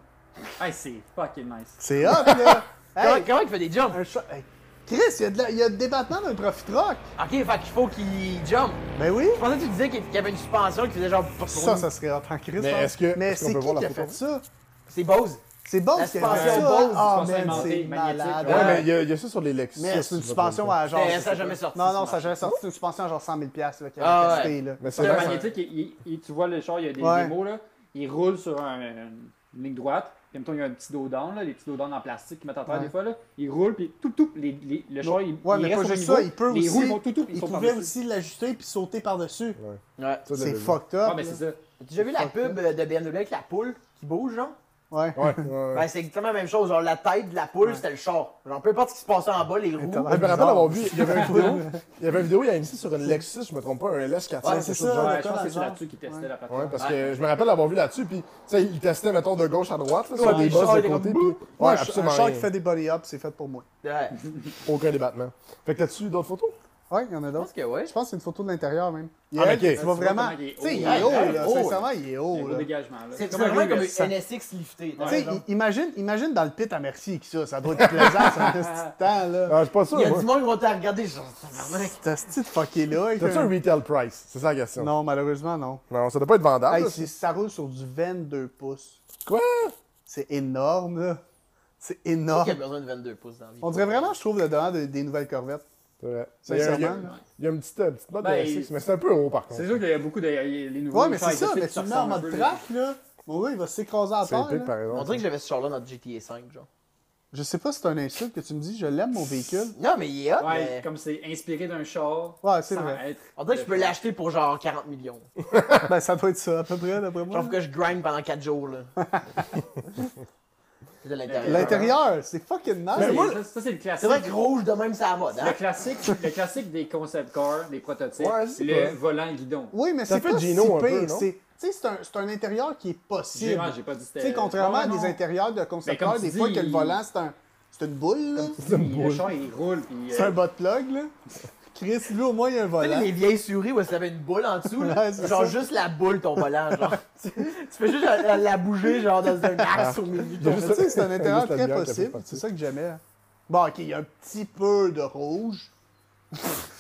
Speaker 4: Hey, c'est fucking nice.
Speaker 5: C'est hot, là!
Speaker 3: comment,
Speaker 5: Hey,
Speaker 3: comment il fait des jumps
Speaker 5: un chat- hey. Chris, il y, a de la- il y a des battements d'un profit rock!
Speaker 3: Ok, fait qu'il faut qu'il jump.
Speaker 5: Ben oui!
Speaker 3: Je pensais que tu disais qu'il qu'il y avait une suspension qui faisait genre
Speaker 5: Ça, ça serait hot en Chris.
Speaker 2: Mais
Speaker 5: hein.
Speaker 2: est-ce que-
Speaker 5: Mais
Speaker 2: est-ce qu'on
Speaker 5: c'est
Speaker 2: peut
Speaker 5: qui
Speaker 2: voir la
Speaker 5: qui a
Speaker 2: photo?
Speaker 5: fait ça?
Speaker 3: C'est Bose.
Speaker 5: C'est Bose
Speaker 3: La
Speaker 5: qui a fait
Speaker 3: suspension
Speaker 5: ça!
Speaker 3: Bose,
Speaker 5: Ah,
Speaker 4: suspension
Speaker 5: man, c'est
Speaker 4: inventée, magnétique,
Speaker 5: malade!
Speaker 4: ouais.
Speaker 2: Ouais, mais il y, a- il y a ça sur les Lexus.
Speaker 5: Mais c'est une
Speaker 2: si je me trompe
Speaker 5: suspension
Speaker 2: pas.
Speaker 5: à genre...
Speaker 3: Mais
Speaker 5: je
Speaker 3: ça
Speaker 5: sais
Speaker 3: a jamais
Speaker 5: pas.
Speaker 3: sorti,
Speaker 5: Non, non,
Speaker 3: ça
Speaker 5: ça a jamais sorti. C'est une suspension à genre 100 000 là, qui
Speaker 3: Ah,
Speaker 5: a
Speaker 3: ouais.
Speaker 5: testé, là.
Speaker 2: Mais c'est
Speaker 4: Le
Speaker 2: vrai.
Speaker 4: magnétique, il- il- il- tu vois le char, il y a des
Speaker 5: Ouais.
Speaker 4: démos, là, il roule sur un- une ligne droite, puis en même temps, il y a un petit dos down, là, les petits dos down en plastique qu'ils mettent à terre
Speaker 5: Ouais.
Speaker 4: des fois, là. il roule, puis tout, tout, les- les- le char, il,
Speaker 5: Ouais,
Speaker 4: il reste
Speaker 5: mais pas
Speaker 4: au
Speaker 5: juste
Speaker 4: niveau,
Speaker 5: ça, il peut
Speaker 4: les roues, ils
Speaker 5: aussi...
Speaker 4: vont tout, tout, puis ils
Speaker 5: Il
Speaker 4: sont
Speaker 5: pouvait
Speaker 4: par-dessus.
Speaker 5: aussi l'ajuster puis sauter par-dessus.
Speaker 3: Ouais.
Speaker 2: Ça,
Speaker 5: C'est
Speaker 2: le-
Speaker 5: fucked
Speaker 4: Ah,
Speaker 5: up.
Speaker 4: mais c'est ça.
Speaker 3: Tu as déjà vu la pub euh, de BMW avec la poule qui bouge genre
Speaker 5: Ouais.
Speaker 2: Ouais, ouais, ouais.
Speaker 3: Ben, c'est exactement la même chose. Genre, la tête de la poule, c'était le char. Genre, peu importe ce qui se passait en bas, les roues.
Speaker 5: t'as
Speaker 2: Je me rappelle
Speaker 5: bizarre.
Speaker 2: avoir vu, il y avait une vidéo, il y avait une vidéo, il y a une ici sur une Lexus, je me trompe pas, un LS400.
Speaker 5: Ouais,
Speaker 2: quelque
Speaker 5: c'est
Speaker 2: chose de
Speaker 5: ça.
Speaker 2: genre.
Speaker 5: Ouais,
Speaker 4: Ouais, je pense
Speaker 5: dans
Speaker 4: que
Speaker 5: le
Speaker 4: c'est
Speaker 5: genre.
Speaker 4: là-dessus qu'ils testaient la
Speaker 2: Ouais,
Speaker 4: plateforme.
Speaker 2: parce que je me rappelle avoir vu là-dessus, puis tu sais, ils testaient, mettons, de gauche à droite, là, sur
Speaker 3: Ouais,
Speaker 2: des
Speaker 3: les
Speaker 2: bosses
Speaker 3: chars,
Speaker 2: de
Speaker 3: ils
Speaker 2: côté,
Speaker 3: comme-
Speaker 2: puis ouais,
Speaker 5: Moi,
Speaker 2: absolument
Speaker 5: un char
Speaker 2: rien.
Speaker 5: qui fait des body-ups, c'est fait pour moi.
Speaker 3: Ouais.
Speaker 2: aucun débattement. Fait que là-dessus, d'autres photos?
Speaker 5: Ouais, il y en a
Speaker 3: Je
Speaker 5: d'autres.
Speaker 3: pense que ouais.
Speaker 5: Je pense que c'est une photo de l'intérieur même. Il
Speaker 2: Ah,
Speaker 5: est
Speaker 2: ok.
Speaker 5: tu vois
Speaker 4: Tu vois
Speaker 5: vraiment.
Speaker 4: comment il est
Speaker 5: Tu sais,
Speaker 4: haut,
Speaker 5: il
Speaker 4: là.
Speaker 5: est haut,
Speaker 3: Ouais,
Speaker 5: là.
Speaker 3: haut, là.
Speaker 5: Sincèrement, il est
Speaker 4: C'est
Speaker 5: haut,
Speaker 4: gros
Speaker 5: là. Tu
Speaker 4: dégagement, là.
Speaker 3: C'est
Speaker 4: comme un
Speaker 3: vraiment comme
Speaker 4: VUS.
Speaker 3: un NSX lifté.
Speaker 4: Ouais.
Speaker 5: sais, i- imagine, imagine dans le pit à Merci avec ça. Ça doit être plaisant, ça, ce petit temps, là.
Speaker 2: Ah, je suis pas sûr,
Speaker 3: Il y a
Speaker 2: moi.
Speaker 3: du monde qui vont te regarder, genre, tabarnak.
Speaker 5: C'est ce petit fucké là. avec
Speaker 2: T'as-tu
Speaker 5: un-
Speaker 2: un retail price? C'est ça la question.
Speaker 5: Non, malheureusement, non.
Speaker 2: Non, ça doit pas être vendable.
Speaker 5: Hey,
Speaker 2: là.
Speaker 5: c'est- ça roule sur du 22 pouces.
Speaker 2: Quoi?
Speaker 5: C'est énorme, là. C'est
Speaker 3: Qui a
Speaker 5: énorme.
Speaker 3: besoin de 22 pouces dans la vie?
Speaker 5: Ah. On dirait vraiment, je trouve, le devant de- des nouvelles corvettes.
Speaker 2: C'est vrai. Il y a, il y a-
Speaker 5: Sincèrement. là.
Speaker 2: il y a une petite, euh, petite note
Speaker 4: Ben,
Speaker 2: de LSX, mais c'est un peu haut par contre.
Speaker 4: C'est sûr qu'il y a beaucoup de. Les nouveaux
Speaker 5: Ouais, mais
Speaker 4: chars
Speaker 5: c'est ça.
Speaker 4: exotiques
Speaker 5: Mais
Speaker 4: qui
Speaker 5: tu le mets en
Speaker 4: ressemblent un
Speaker 5: mode
Speaker 4: peu, là.
Speaker 5: track, là. Mon gars, il va s'écraser à
Speaker 2: C'est
Speaker 5: terre.
Speaker 2: épique
Speaker 5: là.
Speaker 2: par
Speaker 3: On
Speaker 2: exemple.
Speaker 3: dirait que j'avais ce char-là dans le GTA V, genre.
Speaker 5: Je sais pas si c'est un insulte que tu me dis, je l'aime mon véhicule.
Speaker 3: Non, mais il est hot,
Speaker 4: Ouais,
Speaker 3: mais-
Speaker 4: comme c'est inspiré d'un char.
Speaker 5: Ouais, c'est
Speaker 4: sans
Speaker 5: vrai.
Speaker 4: être-
Speaker 3: On dirait que je peux l'acheter pour genre 40 millions.
Speaker 5: ben, ça doit être ça, à peu près, d'après moi.
Speaker 3: Sauf que je grind pendant 4 jours, là. c'est de l'intérieur.
Speaker 5: L'intérieur, c'est fucking nice.
Speaker 4: Ça,
Speaker 3: Mais moi-
Speaker 4: c'est- Ça, c'est le
Speaker 3: C'est
Speaker 4: classique.
Speaker 3: vrai que rouge de même, c'est à la mode,
Speaker 4: Le
Speaker 3: hein?
Speaker 4: classique, le classique des concept cars, des prototypes,
Speaker 2: Ouais, c'est
Speaker 4: le
Speaker 2: pas-
Speaker 4: volant guidon.
Speaker 5: Oui, mais
Speaker 2: Ça
Speaker 5: c'est
Speaker 2: fait
Speaker 5: pas
Speaker 2: Gino
Speaker 5: si
Speaker 2: un peu,
Speaker 5: pire,
Speaker 2: non?
Speaker 5: c'est- tu sais, c'est un, c'est un intérieur qui est
Speaker 4: J'ai
Speaker 5: possible.
Speaker 4: ouais, j'ai pas dit
Speaker 5: Tu
Speaker 4: c'était.
Speaker 5: sais, contrairement
Speaker 4: Ouais,
Speaker 5: à des
Speaker 4: non.
Speaker 5: intérieurs de
Speaker 4: Ben,
Speaker 5: concepteurs,
Speaker 4: comme tu
Speaker 5: des fois
Speaker 4: dis,
Speaker 5: que le
Speaker 4: il-
Speaker 5: volant, c'est un, c'est une boule, là.
Speaker 4: Puis euh, Le char, il roule. Puis,
Speaker 5: C'est
Speaker 4: euh,
Speaker 5: un bot plug, là. Chris, lui, au moins, il y a un
Speaker 3: Tu sais,
Speaker 5: volant.
Speaker 3: les vieilles souris où ça avait une boule en dessous, là.
Speaker 5: Ouais, c'est
Speaker 3: genre
Speaker 5: ça.
Speaker 3: juste la boule, ton volant, genre. tu tu fais juste la, la- la bouger, genre, dans un axe au milieu.
Speaker 2: Il y a
Speaker 5: Mais
Speaker 2: juste-
Speaker 5: tu sais, c'est un intérieur
Speaker 2: juste la
Speaker 5: très
Speaker 2: bière qui a fait
Speaker 5: possible.
Speaker 2: partie.
Speaker 5: C'est ça que j'aimais. hein. Bon, OK, il y a un petit peu de rouge.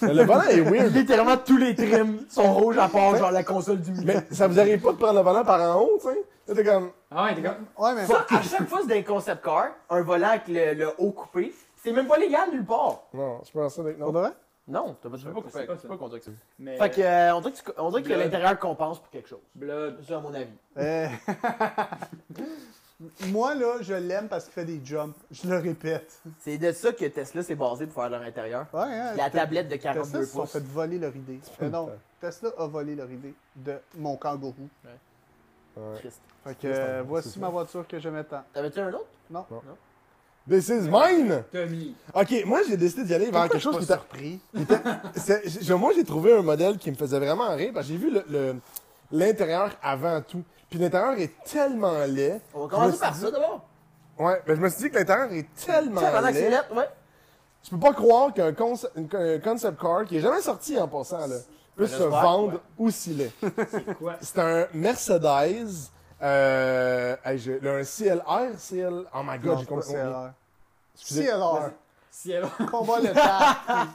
Speaker 2: Mais Le volant est weird.
Speaker 3: Littéralement, tous les trims sont rouges à part, genre, la console du milieu.
Speaker 2: Mais ça vous arrive pas de prendre le volant par en haut, tu sais? Là, t'es comme.
Speaker 4: Ah, ouais, t'es comme.
Speaker 5: Ouais, mais...
Speaker 3: Ça, à chaque fois, c'est d'un concept car, un volant avec le, le haut coupé. C'est même pas légal nulle part.
Speaker 2: Non, je pense ça avec.
Speaker 5: Pour
Speaker 2: Non.
Speaker 5: de vrai?
Speaker 3: Non, t'as pas- tu peux pas
Speaker 4: C'est
Speaker 3: couper.
Speaker 4: pas
Speaker 3: Tu
Speaker 4: ça.
Speaker 3: peux pas conduire avec ça.
Speaker 4: Mais,
Speaker 3: Fait que, euh, on dirait que, tu- on dirait que
Speaker 4: Blood.
Speaker 3: l'intérieur compense pour quelque chose.
Speaker 4: Blood.
Speaker 3: C'est à mon avis.
Speaker 5: Euh, Moi, là, je l'aime parce qu'il fait des jumps. Je le répète.
Speaker 3: C'est de ça que Tesla s'est basé pour faire leur intérieur.
Speaker 5: Ouais, hein,
Speaker 3: La
Speaker 5: Te-
Speaker 3: tablette de
Speaker 5: Tesla
Speaker 3: 42
Speaker 5: se sont
Speaker 3: pouces.
Speaker 5: fait voler leur idée. Euh, non, Tesla a volé leur idée de mon kangourou.
Speaker 3: Triste.
Speaker 5: Fait que euh, voici ma voiture que j'aimais tant.
Speaker 3: T'avais-tu un autre?
Speaker 5: Non.
Speaker 2: This is mine!
Speaker 4: Tommy.
Speaker 2: Ok, moi j'ai décidé d'y aller vers quelque chose qui t'a repris. moi j'ai trouvé un modèle qui me faisait vraiment rire parce que j'ai vu le- le- l'intérieur avant tout. Puis l'intérieur est tellement laid.
Speaker 3: On va
Speaker 2: Je me
Speaker 3: commencer
Speaker 2: suis
Speaker 3: par
Speaker 2: dit-
Speaker 3: ça d'abord.
Speaker 2: Ouais, mais je me suis dit que l'intérieur est tellement
Speaker 3: Tiens, pendant que c'est
Speaker 2: laid.
Speaker 3: lettre, ouais.
Speaker 2: Tu peux pas croire qu'un conce- qu'un concept car qui est jamais sorti en passant là, peut se
Speaker 3: j'espère,
Speaker 2: vendre aussi laid.
Speaker 4: C'est quoi?
Speaker 2: C'est un Mercedes. Euh, hey, je- là, un CLR, CL. Oh my god, j'ai complètement oublié.
Speaker 5: CLR. CLR.
Speaker 4: Ciel.
Speaker 5: Combat le tard.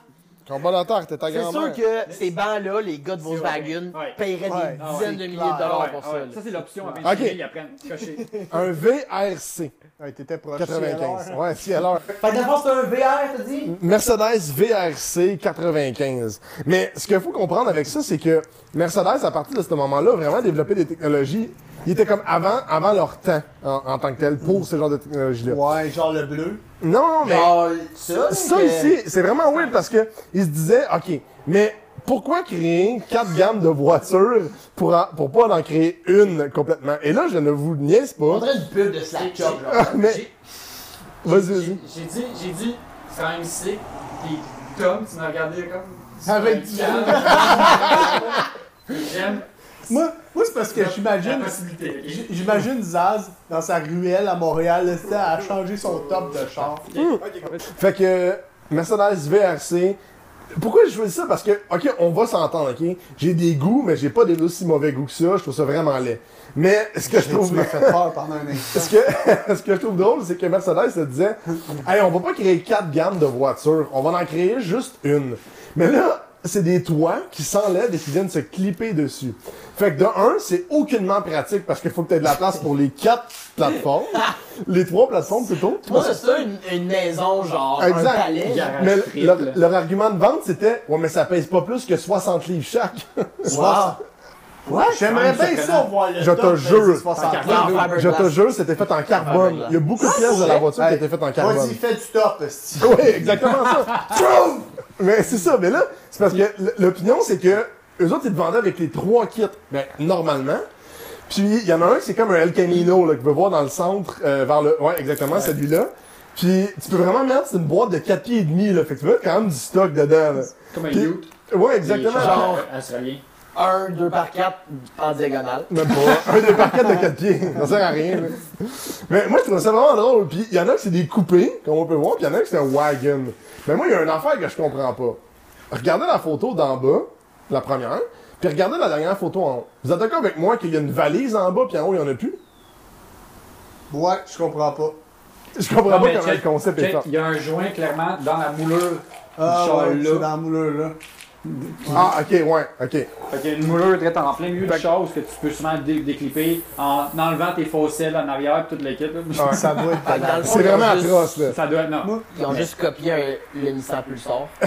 Speaker 2: Combat d'entente, t'es ta
Speaker 3: C'est
Speaker 2: grand-mère.
Speaker 3: sûr que ces bancs-là, les gars de
Speaker 4: C'est vrai.
Speaker 3: Volkswagen
Speaker 4: Ouais.
Speaker 3: paieraient
Speaker 5: Ouais.
Speaker 3: des
Speaker 5: Ah,
Speaker 3: dizaines
Speaker 5: c'est
Speaker 3: de milliers
Speaker 5: clair.
Speaker 3: de
Speaker 4: Ah
Speaker 3: dollars
Speaker 4: ouais,
Speaker 3: pour
Speaker 4: ah
Speaker 3: ça.
Speaker 4: ouais. Ça,
Speaker 3: là.
Speaker 4: c'est l'option avec
Speaker 2: Ok.
Speaker 4: okay. ils apprennent. Cocher.
Speaker 2: Un VRC
Speaker 5: Ouais, t'étais Ah, proche.
Speaker 2: 95. Ouais, CLR.
Speaker 3: Fait que d'abord, c'est un VR, t'as dit?
Speaker 2: Mercedes VRC 95. Mais ce qu'il faut comprendre avec ça, c'est que Mercedes, à partir de ce moment-là, a vraiment développé des technologies. Ils étaient comme avant, avant leur temps en, en tant que tel pour ce genre de technologie-là.
Speaker 5: Ouais, genre le bleu.
Speaker 2: Non, mais
Speaker 3: Genre, Ben, ça.
Speaker 2: ça
Speaker 3: que-
Speaker 2: ici, c'est vraiment weird parce que ils se disaient, ok, mais pourquoi créer quatre gammes de voitures pour en- pour pas en créer une complètement Et là, je ne vous niaise
Speaker 3: On
Speaker 2: pas.
Speaker 3: dirait une pub de Slack Shop, genre.
Speaker 2: Mais
Speaker 4: J'ai-
Speaker 2: vas-y,
Speaker 4: J'ai
Speaker 2: vas-y.
Speaker 4: j'ai dit, j'ai dit, c'est quand même sick. Puis Tom, tu m'as regardé comme.
Speaker 5: Avec
Speaker 4: du J'aime
Speaker 5: Moi, moi c'est parce que
Speaker 4: la
Speaker 5: j'imagine.
Speaker 4: possibilité. ok?
Speaker 5: j- J'imagine Zaz dans sa ruelle à Montréal, là, tu sais, à changer son top de char.
Speaker 2: Fait que Mercedes VRC. Pourquoi j'ai choisi ça? Parce que, ok, on va s'entendre, ok? J'ai des goûts, mais j'ai pas des aussi mauvais goûts que ça. Je trouve ça vraiment laid. Mais ce que je
Speaker 5: Tu
Speaker 2: trouve.
Speaker 5: m'as fait peur pendant un instant.
Speaker 2: Ce que, ce que je trouve drôle, c'est que Mercedes se disait Hey, on va pas créer quatre gammes de voitures, on va en créer juste une. Mais là, c'est des toits qui s'enlèvent et qui viennent se clipper dessus. Fait que de un, c'est aucunement pratique parce qu'il faut que tu aies de la place pour les quatre plateformes. les trois plateformes plutôt.
Speaker 3: Moi, c'est ça, une, une maison, genre, un
Speaker 2: Exact.
Speaker 3: palais. genre.
Speaker 4: Garage
Speaker 2: Mais
Speaker 4: triple.
Speaker 2: leur, leur argument de vente, c'était Ouais, mais ça pèse pas plus que 60 livres chaque.
Speaker 3: Wow. What?
Speaker 5: J'aimerais bien ça voir le
Speaker 2: Ah, Je te
Speaker 5: top de
Speaker 2: jure.
Speaker 5: 60.
Speaker 3: Fait qu'à faire
Speaker 2: Je te
Speaker 3: Fiberglass.
Speaker 2: jure, c'était fait en
Speaker 3: Ah, ben,
Speaker 2: carbone. Il y a beaucoup de pièces de la voiture qui
Speaker 5: Hey,
Speaker 2: étaient faites en carbone.
Speaker 5: Vas-y, fais du top, esti.
Speaker 2: Oui, exactement ça. Boum! mais c'est ça, mais là, c'est parce que l- l'opinion, c'est que eux autres, ils te vendaient avec les trois kits, ben, normalement. Puis, il y en a un, c'est comme un El Camino, là, que tu peux voir dans le centre, euh, vers le. Ouais, exactement, celui-là. Puis, tu peux vraiment mettre, c'est une boîte de 4 pieds et demi, là. Fait que tu peux mettre quand même du stock dedans, là.
Speaker 4: Comme un
Speaker 2: Puis-
Speaker 4: youth. euh,
Speaker 2: Ouais, exactement.
Speaker 3: Genre-
Speaker 4: Australien.
Speaker 3: Un, deux par quatre en diagonale.
Speaker 2: Même pas. Un des parquets de 4 pieds. Ça sert à rien, là. Mais moi, je trouve ça vraiment drôle. Puis, il y en a que c'est des coupés, comme on peut voir, puis il y en a que c'est un wagon. Mais moi, il y a une affaire que je comprends pas. Regardez la photo d'en bas, la première, puis regardez la dernière photo en haut. Vous êtes d'accord avec moi qu'il y a une valise en bas, puis en haut, il n'y en a plus?
Speaker 5: Ouais, je comprends pas.
Speaker 2: Je comprends
Speaker 4: Non,
Speaker 2: pas
Speaker 4: mais
Speaker 2: comment
Speaker 4: check,
Speaker 2: le concept est
Speaker 4: check,
Speaker 2: fort.
Speaker 4: Il y a un joint clairement dans la moulure du
Speaker 5: Ah,
Speaker 4: char
Speaker 5: ouais, c'est
Speaker 4: là.
Speaker 5: dans le mouleur, là.
Speaker 2: Ah, ok, ouais, ok.
Speaker 4: Fait qu'il y a une moulure très en plein milieu du char où ce que tu peux souvent dé- déclipper en enlevant tes fossiles en arrière toute l'équipe. là.
Speaker 5: Ça doit être
Speaker 3: Fait que dans le fond, ils
Speaker 2: C'est
Speaker 3: ont
Speaker 2: vraiment
Speaker 3: juste-
Speaker 2: atroce, là.
Speaker 4: Ça doit être. Non.
Speaker 3: Ils ont juste copié un, le Nissan Pulsar.
Speaker 2: Un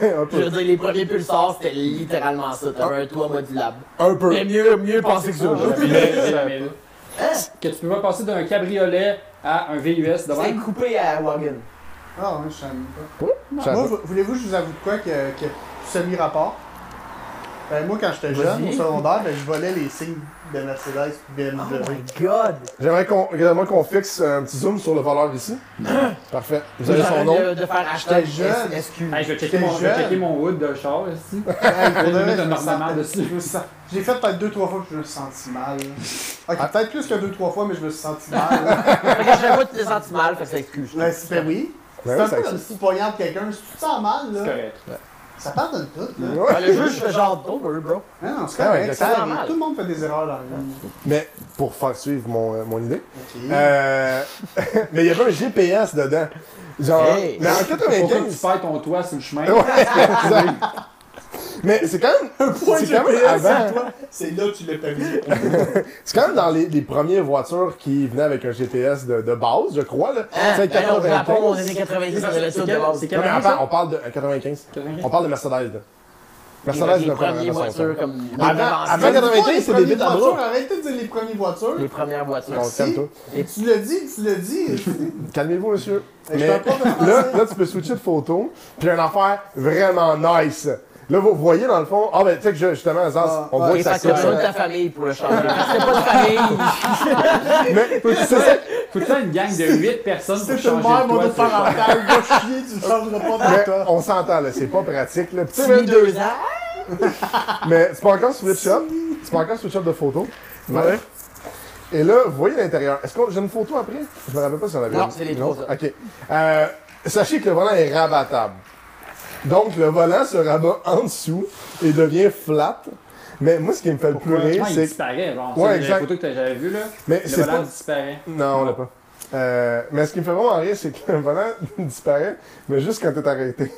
Speaker 3: Je veux
Speaker 2: peu.
Speaker 3: dire, les premiers Pulsars, c'était littéralement ça. T'avais un toit modulable.
Speaker 2: Un peu.
Speaker 3: Mais mieux, mieux pensé que ça.
Speaker 4: J'avais jamais- j'avais jamais vu. que tu peux pas passer d'un cabriolet à un VUS devant.
Speaker 3: C'était coupé à Wagon.
Speaker 5: Ah, ouais, je savais même pas.
Speaker 2: Ça
Speaker 5: Moi,
Speaker 2: va.
Speaker 5: vou- voulez-vous que je vous avoue de quoi que, que semi-rapport? Ben, moi, quand j'étais jeune, au
Speaker 3: Vas-y.
Speaker 5: secondaire, ben, je volais les signes de Mercedes et
Speaker 3: Ah
Speaker 5: de BMW.
Speaker 3: Oh God!
Speaker 2: J'aimerais qu'on j'aimerais qu'on fixe un petit zoom sur le voleur ici. Parfait. Vous avez son nom.
Speaker 3: De, de faire hashtag
Speaker 5: jeune.
Speaker 3: SQ.
Speaker 4: Hey, je vais checker
Speaker 5: T'es
Speaker 4: mon, je vais
Speaker 5: jeune.
Speaker 4: checker mon wood de char ici.
Speaker 5: Hey, pour de
Speaker 4: J'ai
Speaker 5: vrai,
Speaker 4: mis
Speaker 5: je
Speaker 4: un
Speaker 5: me sens-
Speaker 4: ornement dessus.
Speaker 5: je me sens- J'ai fait peut-être deux, trois fois que je me suis senti mal. Ok,
Speaker 4: Ah.
Speaker 5: peut-être plus que deux, trois fois, mais je me suis senti mal.
Speaker 3: Fait que à chaque fois, tu te sens mal, fait que ça excuse.
Speaker 5: Ben, c'est- ben oui.
Speaker 2: Ben
Speaker 5: C'est
Speaker 2: oui,
Speaker 5: un
Speaker 2: ça
Speaker 5: peu
Speaker 2: existe.
Speaker 5: comme si tu poignardes quelqu'un. Si tu te sens mal,
Speaker 4: C'est
Speaker 5: là,
Speaker 4: correct.
Speaker 5: ça pardonne tout. Là.
Speaker 2: Ouais.
Speaker 3: Ben, le jeu, je fais genre d'over, bro.
Speaker 5: Non, non, c'est
Speaker 2: Ah ouais,
Speaker 5: correct. ça
Speaker 3: exactement.
Speaker 5: arrive. Tout le monde fait des erreurs dans la vie.
Speaker 2: Mais pour faire suivre mon, euh, mon idée.
Speaker 5: Ok.
Speaker 2: Euh, mais il y avait un GPS dedans. Genre.
Speaker 4: Ben,
Speaker 3: Hey.
Speaker 2: Mais en
Speaker 4: Pour que tu
Speaker 2: 95.
Speaker 4: perds ton toit sur le chemin.
Speaker 2: Ouais, exact. Mais c'est quand même.
Speaker 5: Point
Speaker 2: c'est quand même
Speaker 5: GPS,
Speaker 2: avant.
Speaker 5: c'est toi. C'est là que tu l'as pas mis.
Speaker 2: C'est quand même dans les, les premières voitures qui venaient avec un GPS de, de base, je crois. là. C'est
Speaker 3: Ben non, au
Speaker 2: 95.
Speaker 3: Japon, aux années 90, on avait ça de base.
Speaker 4: C'est
Speaker 2: Non, mais
Speaker 4: correct.
Speaker 2: attends, on parle de euh, 95. On parle de Mercedes. là. Mercedes,
Speaker 3: les,
Speaker 2: le
Speaker 3: premières
Speaker 2: premier
Speaker 3: voitures comme.
Speaker 2: Avant- avant
Speaker 5: Des
Speaker 2: 95,
Speaker 5: fois, les
Speaker 2: c'est des
Speaker 5: premières
Speaker 2: vitres à
Speaker 5: voitures.
Speaker 2: bras.
Speaker 5: Arrêtez de dire les premières voitures.
Speaker 3: Les premières voitures.
Speaker 2: Donc, calme-toi.
Speaker 5: Et tu l'as dit, tu l'as dit.
Speaker 2: Calmez-vous, monsieur.
Speaker 5: Je
Speaker 2: Mais
Speaker 5: t'en parle de
Speaker 2: là, là, tu peux switcher de photo, puis une affaire vraiment nice. Là, vous voyez, dans le fond, ah ben, tu sais que je- justement, Zaz,
Speaker 5: Ah,
Speaker 2: on
Speaker 5: ouais,
Speaker 2: voit
Speaker 3: Et
Speaker 2: que ça
Speaker 3: parce que t'as
Speaker 2: switch.
Speaker 3: besoin de ta famille pour le changer. Parce que t'as pas de famille.
Speaker 2: Mais c'est ça,
Speaker 4: Faut que tu aies une gang de 8 personnes pour
Speaker 5: C'est
Speaker 4: changer
Speaker 5: une mère
Speaker 4: le toit.
Speaker 5: monoparentale. Va chier, tu ne changeras pas
Speaker 2: mais
Speaker 5: de toi.
Speaker 2: on s'entend, là, c'est pas pratique. Là. Puis, tu sais,
Speaker 3: Mis
Speaker 2: même,
Speaker 3: deux ans.
Speaker 2: mais c'est pas encore switch up. C'est pas encore switch up de photo. Ouais. Et là, vous voyez l'intérieur. Est-ce que j'ai une photo après? Je me rappelle pas si on avait
Speaker 3: Non,
Speaker 2: une-
Speaker 3: c'est les
Speaker 2: une
Speaker 3: trois,
Speaker 2: autre. OK. Euh, sachez que le volant est rabattable. Donc, le volant se rabat en dessous et devient flat. Mais moi, ce qui me fait le plus
Speaker 4: Ouais,
Speaker 2: rire,
Speaker 4: il
Speaker 2: c'est que
Speaker 4: disparaît, genre.
Speaker 2: Ouais,
Speaker 4: C'est
Speaker 2: exact.
Speaker 4: la photo que j'avais vue, là.
Speaker 2: Mais
Speaker 4: Le
Speaker 2: c'est
Speaker 4: volant
Speaker 2: pas-
Speaker 4: disparaît.
Speaker 2: Non, on l'a pas. Euh, mais ce qui me fait vraiment rire, c'est que le volant disparaît, mais juste quand t'es arrêté.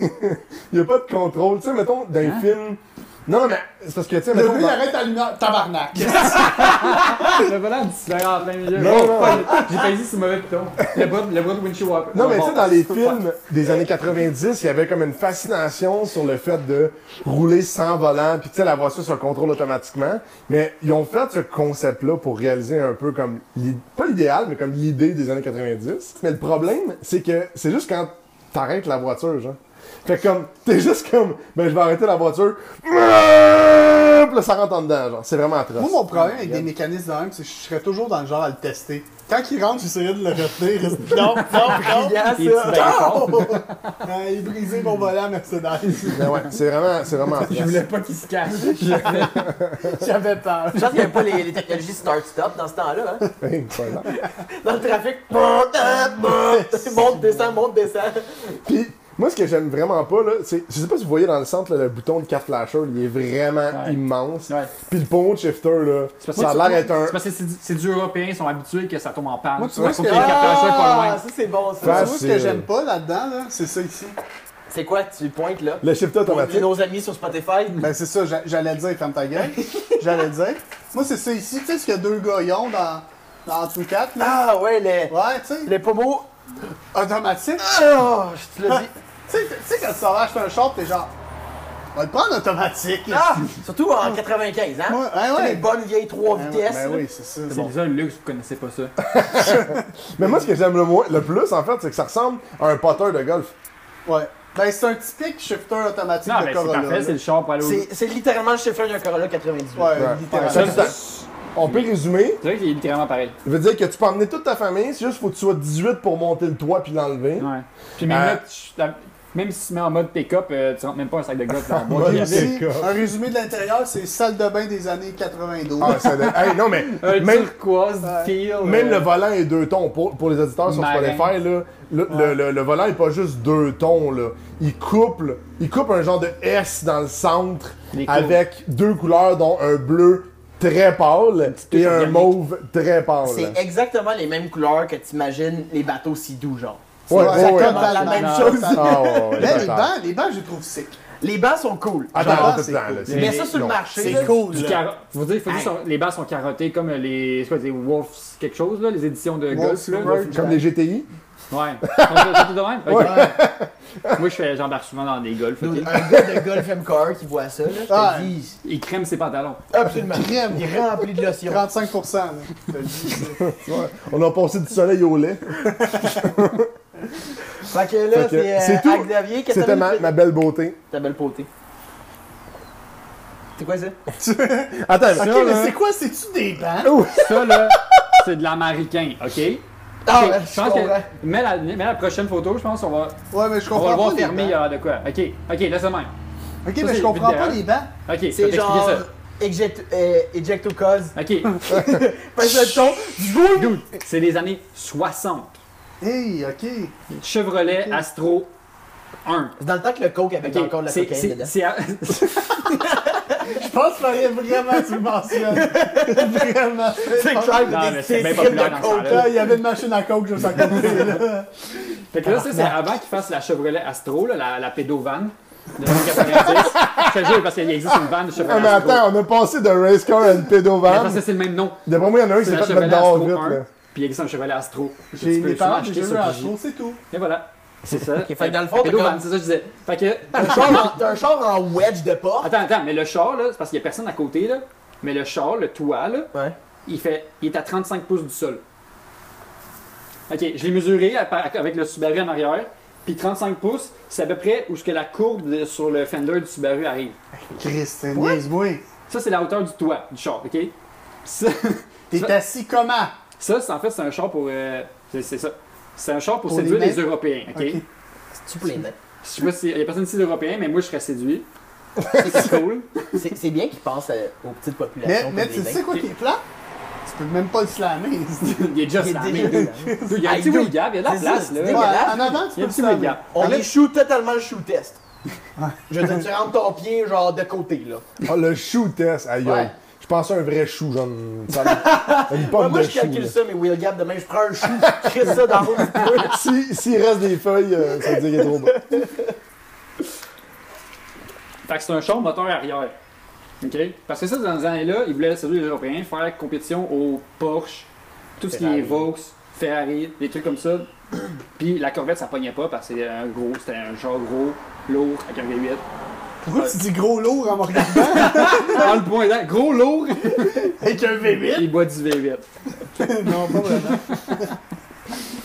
Speaker 2: Il n'y a pas de contrôle. Tu sais, mettons, dans les films. Non, non, mais c'est parce que, tu sais,
Speaker 5: Le
Speaker 2: mettons.
Speaker 5: gars, il
Speaker 2: dans-
Speaker 5: arrête à lumière. Tabarnak.
Speaker 4: Le volant disparaît en plein milieu.
Speaker 2: Non, non.
Speaker 4: J'ai pesé sur le mauvais piton. Le bras, le bras de Winchie Whopper.
Speaker 2: Non, mais tu sais,
Speaker 4: Bon.
Speaker 2: dans les films des années 90, il y avait comme une fascination sur le fait de rouler sans volant, puis tu sais, la voiture se contrôle automatiquement. Mais ils ont fait ce concept-là pour réaliser un peu comme, l'i- pas l'idéal, mais comme l'idée des années 90. Mais le problème, c'est que c'est juste quand t'arrêtes la voiture, genre. Fait que comme, t'es juste comme, ben je vais arrêter la voiture, puis là, ça rentre en dedans, genre. C'est vraiment atroce.
Speaker 5: Moi, mon problème avec des mécanismes de même, c'est que je serais toujours dans le genre à le tester. Quand il rentre, j'essaierais de le retenir. Non, non,
Speaker 3: Brillant,
Speaker 4: Il est
Speaker 3: ça.
Speaker 4: bien fort.
Speaker 5: non. Ah, Il brisait mon volant Mercedes.
Speaker 2: Ben ouais, c'est vraiment, c'est vraiment
Speaker 4: Je
Speaker 2: atroce.
Speaker 4: voulais pas qu'il se cache. J'avais-
Speaker 5: J'avais peur.
Speaker 3: Je pense qu'il n'y avait pas les, les technologies start-stop dans ce temps-là. Hein.
Speaker 2: Hey, voilà.
Speaker 3: Dans le trafic, monte, descend, monte, descend.
Speaker 2: Puis, moi, ce que j'aime vraiment pas, là, c'est. Je sais pas si vous voyez dans le centre, là, le bouton de 4 flashers, il est vraiment
Speaker 4: Ouais.
Speaker 2: immense.
Speaker 4: Ouais.
Speaker 2: Puis le power shifter, là,
Speaker 4: parce
Speaker 2: ça
Speaker 4: que
Speaker 2: a
Speaker 4: tu-
Speaker 2: l'air d'être un.
Speaker 4: C'est parce que c'est du- c'est du européen, ils sont habitués que ça tombe en panne.
Speaker 5: Moi, tu vois
Speaker 4: Faut
Speaker 5: ce
Speaker 4: qu'il
Speaker 5: que-
Speaker 4: y ait quatre flashers pas loin.
Speaker 3: Ah, ça c'est bon
Speaker 5: Tu vois
Speaker 3: ça.
Speaker 2: Facile.
Speaker 4: euh,
Speaker 5: ce que j'aime pas là-dedans, là? c'est ça ici.
Speaker 3: C'est quoi, tu pointes là?
Speaker 2: Le shifter
Speaker 3: On dit
Speaker 2: automatique.
Speaker 3: nos amis sur Spotify.
Speaker 5: Ben c'est ça, j'a- j'allais dire comme ta gueule. J'allais dire. Moi c'est ça ici, tu sais ce qu'il y a deux gaillons dans, dans tout quatre là.
Speaker 3: Ah ouais, les,
Speaker 5: Ouais, tu sais.
Speaker 3: les pommeaux.
Speaker 5: Automatique.
Speaker 3: Ah, je te le
Speaker 5: Ah,
Speaker 3: dis.
Speaker 5: Tu sais- tu sais quand tu sors acheter un short, t'es genre. On va le prendre automatique.
Speaker 3: Ah, surtout en 95, hein?
Speaker 5: Ouais,
Speaker 3: Tu
Speaker 5: ouais,
Speaker 3: sais,
Speaker 5: Ah, ouais.
Speaker 3: Les bonnes vieilles 3
Speaker 5: Ben,
Speaker 3: vitesses.
Speaker 5: ben
Speaker 3: là.
Speaker 5: oui, c'est ça.
Speaker 4: C'est
Speaker 5: Bon.
Speaker 4: bizarre, le luxe, vous connaissez pas ça.
Speaker 2: Mais moi, ce que j'aime le moins, le plus, en fait, c'est que ça ressemble à un poteur de golf.
Speaker 5: Ouais. Ben c'est un typique shifter automatique
Speaker 4: Non,
Speaker 5: de
Speaker 4: mais c'est
Speaker 5: Corolla.
Speaker 4: parfait,
Speaker 5: là.
Speaker 4: c'est le char pour aller au. C'est
Speaker 3: C'est c'est littéralement le chiffre d'un Corolla 98.
Speaker 5: Ouais,
Speaker 2: Ouais.
Speaker 5: littéralement.
Speaker 2: Ouais, ça, On peut résumer.
Speaker 4: vrai qu'il est littéralement pareil.
Speaker 2: Ça veut dire que tu peux emmener toute ta famille, c'est juste faut que tu sois 18 pour monter le toit puis l'enlever.
Speaker 4: Ouais. Puis même
Speaker 2: Euh,
Speaker 4: là, tu- la- même si tu te mets en mode pick-up, euh, tu rentres même pas un sac de golf dans le bois.
Speaker 2: Ouais.
Speaker 5: Et
Speaker 2: c'est
Speaker 5: ici,
Speaker 2: cool.
Speaker 5: un résumé de l'intérieur, c'est salle de bain des années 92.
Speaker 2: Ah, ça doit- hey, non, mais
Speaker 4: Un
Speaker 2: même,
Speaker 4: turquoise
Speaker 5: Ouais.
Speaker 4: teal. euh,
Speaker 2: même le volant est deux tons. Pour, pour les auditeurs sur
Speaker 4: Marin.
Speaker 2: Spotify, là, le, le, le- le volant est pas juste deux tons. Là. Il, couple, il coupe un genre de S dans le centre
Speaker 4: Il est cool.
Speaker 2: avec deux couleurs, dont un bleu très pâle et un
Speaker 4: organique.
Speaker 2: mauve très pâle.
Speaker 3: C'est exactement les mêmes couleurs que t'imagines les bateaux Sidou, genre.
Speaker 2: Ouais, ouais,
Speaker 5: ça
Speaker 2: ouais.
Speaker 5: colle dans la même
Speaker 4: Non.
Speaker 5: chose.
Speaker 2: Ah, ouais, ouais,
Speaker 5: Mais les
Speaker 2: d'accord.
Speaker 5: bancs, les bancs, je les trouve sick.
Speaker 3: Les bancs sont cool.
Speaker 2: Ah,
Speaker 5: Genre,
Speaker 2: dans tout le
Speaker 5: c'est
Speaker 2: temps,
Speaker 5: cool.
Speaker 2: là,
Speaker 4: Mais
Speaker 3: Mets ça sur le
Speaker 2: non.
Speaker 3: marché. là.
Speaker 5: C'est cool.
Speaker 4: Du
Speaker 5: là.
Speaker 4: car- Faut dire, faut dire, sont- les barres sont carottées comme les, c'est quoi, des Wolfs quelque chose, là, les éditions de
Speaker 5: Wolfs
Speaker 4: golf. Là.
Speaker 5: Road.
Speaker 2: Comme les GTI.
Speaker 4: Ouais. C'est tout de même? Ok. Moi, je fais- j'embarque souvent dans des golfs. ok.
Speaker 3: Nous, Un gars de Golf MCR qui voit ça, là, je te
Speaker 5: Ah.
Speaker 3: dis,
Speaker 4: Il crème ses pantalons.
Speaker 3: absolument. Il est rempli de lotion.
Speaker 5: 35 là. Je te le dis, c'est-
Speaker 2: On a passé du soleil au lait.
Speaker 3: Fait que là,
Speaker 2: Fait que
Speaker 3: c'est, euh,
Speaker 2: c'est tout.
Speaker 3: à Xavier, qu'est-ce que
Speaker 2: C'était
Speaker 3: t'avais
Speaker 2: ma,
Speaker 3: dit?
Speaker 2: ma belle beauté.
Speaker 3: Ta belle potée. C'est quoi ça?
Speaker 2: Attends, mais-
Speaker 5: Ok, mais
Speaker 4: là.
Speaker 5: c'est quoi? C'est-tu des bancs?
Speaker 4: Ça, là, c'est de l'américain, OK?
Speaker 3: Ah,
Speaker 4: Ok,
Speaker 3: ben,
Speaker 4: je
Speaker 3: je
Speaker 4: pense
Speaker 3: comprends.
Speaker 4: que. Mets la, mets la prochaine photo, je pense qu'on va,
Speaker 5: Ouais, mais je
Speaker 4: on
Speaker 5: comprends
Speaker 4: va le voir
Speaker 5: pas. les
Speaker 4: fermé, il y
Speaker 5: bancs.
Speaker 4: aura de quoi. OK, OK, laisse-le même.
Speaker 5: Ok,
Speaker 4: Ça,
Speaker 5: mais
Speaker 4: c'est
Speaker 5: je comprends
Speaker 4: vidéo.
Speaker 5: pas les bancs.
Speaker 4: OK, je vais
Speaker 3: C'est
Speaker 4: t'expliquer
Speaker 3: genre.
Speaker 4: ça.
Speaker 3: Eject, euh, ejecto cause.
Speaker 4: OK,
Speaker 3: Parce que le ton.
Speaker 4: dude, c'est les années 60.
Speaker 5: Hey, ok.
Speaker 4: Chevrolet
Speaker 5: Ok.
Speaker 4: Astro 1.
Speaker 3: C'est dans le temps que le coke avait
Speaker 4: OK,
Speaker 3: encore de la
Speaker 4: c'est-
Speaker 3: cocaïne
Speaker 4: c'est-
Speaker 3: dedans.
Speaker 4: c'est à-
Speaker 5: Je pense qu'il fallait vraiment que tu le mentionnes. vraiment.
Speaker 3: C'est clair que
Speaker 4: Non,
Speaker 3: des-
Speaker 4: mais
Speaker 3: des
Speaker 4: c'est bien
Speaker 3: strips
Speaker 4: populaire
Speaker 3: de
Speaker 4: dans ce
Speaker 3: coke.
Speaker 4: temps-là.
Speaker 5: Là, il y avait une machine à coke juste à côté. là.
Speaker 4: Fait que là, ça, c'est avant qu'ils fassent la Chevrolet Astro, là, la, la pédovanne de 1990. Je te jure, parce qu'il existe une vanne de Chevrolet
Speaker 2: Ah, mais
Speaker 4: Astro.
Speaker 2: attends, on a passé de race car à une
Speaker 4: Mais parce
Speaker 2: pédovan.
Speaker 4: que c'est le même nom.
Speaker 2: D'après moi, il y en a un qui
Speaker 4: C'est
Speaker 2: s'est
Speaker 4: la
Speaker 2: fait mettre
Speaker 4: Chevrolet
Speaker 2: dehors
Speaker 4: Astro
Speaker 2: vite.
Speaker 4: 1,
Speaker 2: là.
Speaker 4: puis il existe un Chevrolet Astro. que tu
Speaker 5: J'ai
Speaker 4: peux
Speaker 5: mes
Speaker 4: souvent
Speaker 5: parents,
Speaker 4: acheter
Speaker 5: j'ai eu
Speaker 4: sur
Speaker 5: un
Speaker 4: Kijiji.
Speaker 5: show, c'est tout.
Speaker 4: Et voilà. C'est ça.
Speaker 3: fait que dans le fond,
Speaker 4: Pédo
Speaker 3: t'as
Speaker 4: van,
Speaker 3: comme-
Speaker 4: c'est ça que je disais. Fait
Speaker 5: Ah
Speaker 4: que.
Speaker 3: T'as un char en- T'as un char en wedge de pas.
Speaker 4: Attends, attends, mais le char, là, c'est parce qu'il n'y a personne à côté, là. Mais le char, le toit, là,
Speaker 3: Ouais.
Speaker 4: il, fait, il est à 35 pouces du sol. Ok, je l'ai mesuré à- par- avec le Subaru en arrière. Puis 35 pouces, c'est à peu près où ce que la courbe de- sur le fender du Subaru arrive.
Speaker 5: Chris, c'est niaise-moi.
Speaker 4: Ça, c'est la hauteur du toit du char, ok? Ça,
Speaker 5: T'es assis comment?
Speaker 4: ça, c'est en fait, c'est un char pour. euh, c'est c'est ça. C'est un char pour,
Speaker 5: Pour les
Speaker 4: séduire les,
Speaker 5: mecs?
Speaker 4: Européens, ok?
Speaker 5: Ok.
Speaker 3: C'est-tu pour les mains?
Speaker 4: Je sais pas s'il y a personne ici d'Européen, mais moi, je serais séduit. C'est cool.
Speaker 3: C'est c'est bien qu'ils pensent euh, aux petites populations.
Speaker 5: Mais,
Speaker 3: comme
Speaker 5: mais
Speaker 3: les
Speaker 5: tu
Speaker 3: nains.
Speaker 5: sais quoi qui est plat? Tu peux même pas le slammer.
Speaker 4: Il est déjà
Speaker 3: Il est
Speaker 4: slamé.
Speaker 3: déjà
Speaker 4: dude. Dude, Il y a un
Speaker 3: Hey,
Speaker 4: petit
Speaker 3: dude,
Speaker 4: wheel gap, il y a de la
Speaker 3: c'est ça,
Speaker 4: place,
Speaker 3: c'est
Speaker 5: Ouais,
Speaker 4: là.
Speaker 3: dégueulasse.
Speaker 5: en avant,
Speaker 4: Il
Speaker 5: tu
Speaker 4: y a
Speaker 5: peux le
Speaker 4: un petit wheel
Speaker 5: slammer.
Speaker 4: gap.
Speaker 3: On est
Speaker 5: Enlève-
Speaker 3: shoot totalement le shoot test. Je veux dire, tu rentres ton pied genre de côté là.
Speaker 2: Ah, le chou test. Aïe,
Speaker 3: Ouais.
Speaker 2: aïe. Je pensais à un vrai chou, genre une, une pomme
Speaker 3: Ouais, moi
Speaker 2: de
Speaker 3: je
Speaker 2: chou.
Speaker 3: calcule
Speaker 2: là.
Speaker 3: ça, mes wheel gap demain, je prends un chou, je crisse ça dans l'eau du feu.
Speaker 2: Si- S'il reste des feuilles, euh, ça veut dire qu'il est trop bon.
Speaker 4: Fait que c'est un char moteur arrière. OK? Parce que ça, dans les années-là, ils voulaient séduire les Européens, faire la compétition au Porsche, tout ce qui est
Speaker 3: Ferrari.
Speaker 4: Vaux, Ferrari, des trucs comme ça. Puis la Corvette, ça pognait pas parce que c'était un gros, c'était un char gros, lourd, avec un V8.
Speaker 5: Pourquoi tu dis gros lourd en me regardant?
Speaker 4: Dans le point là, gros, lourd,
Speaker 5: Avec un V8?
Speaker 4: il boit du V8.
Speaker 5: Non, pas vraiment.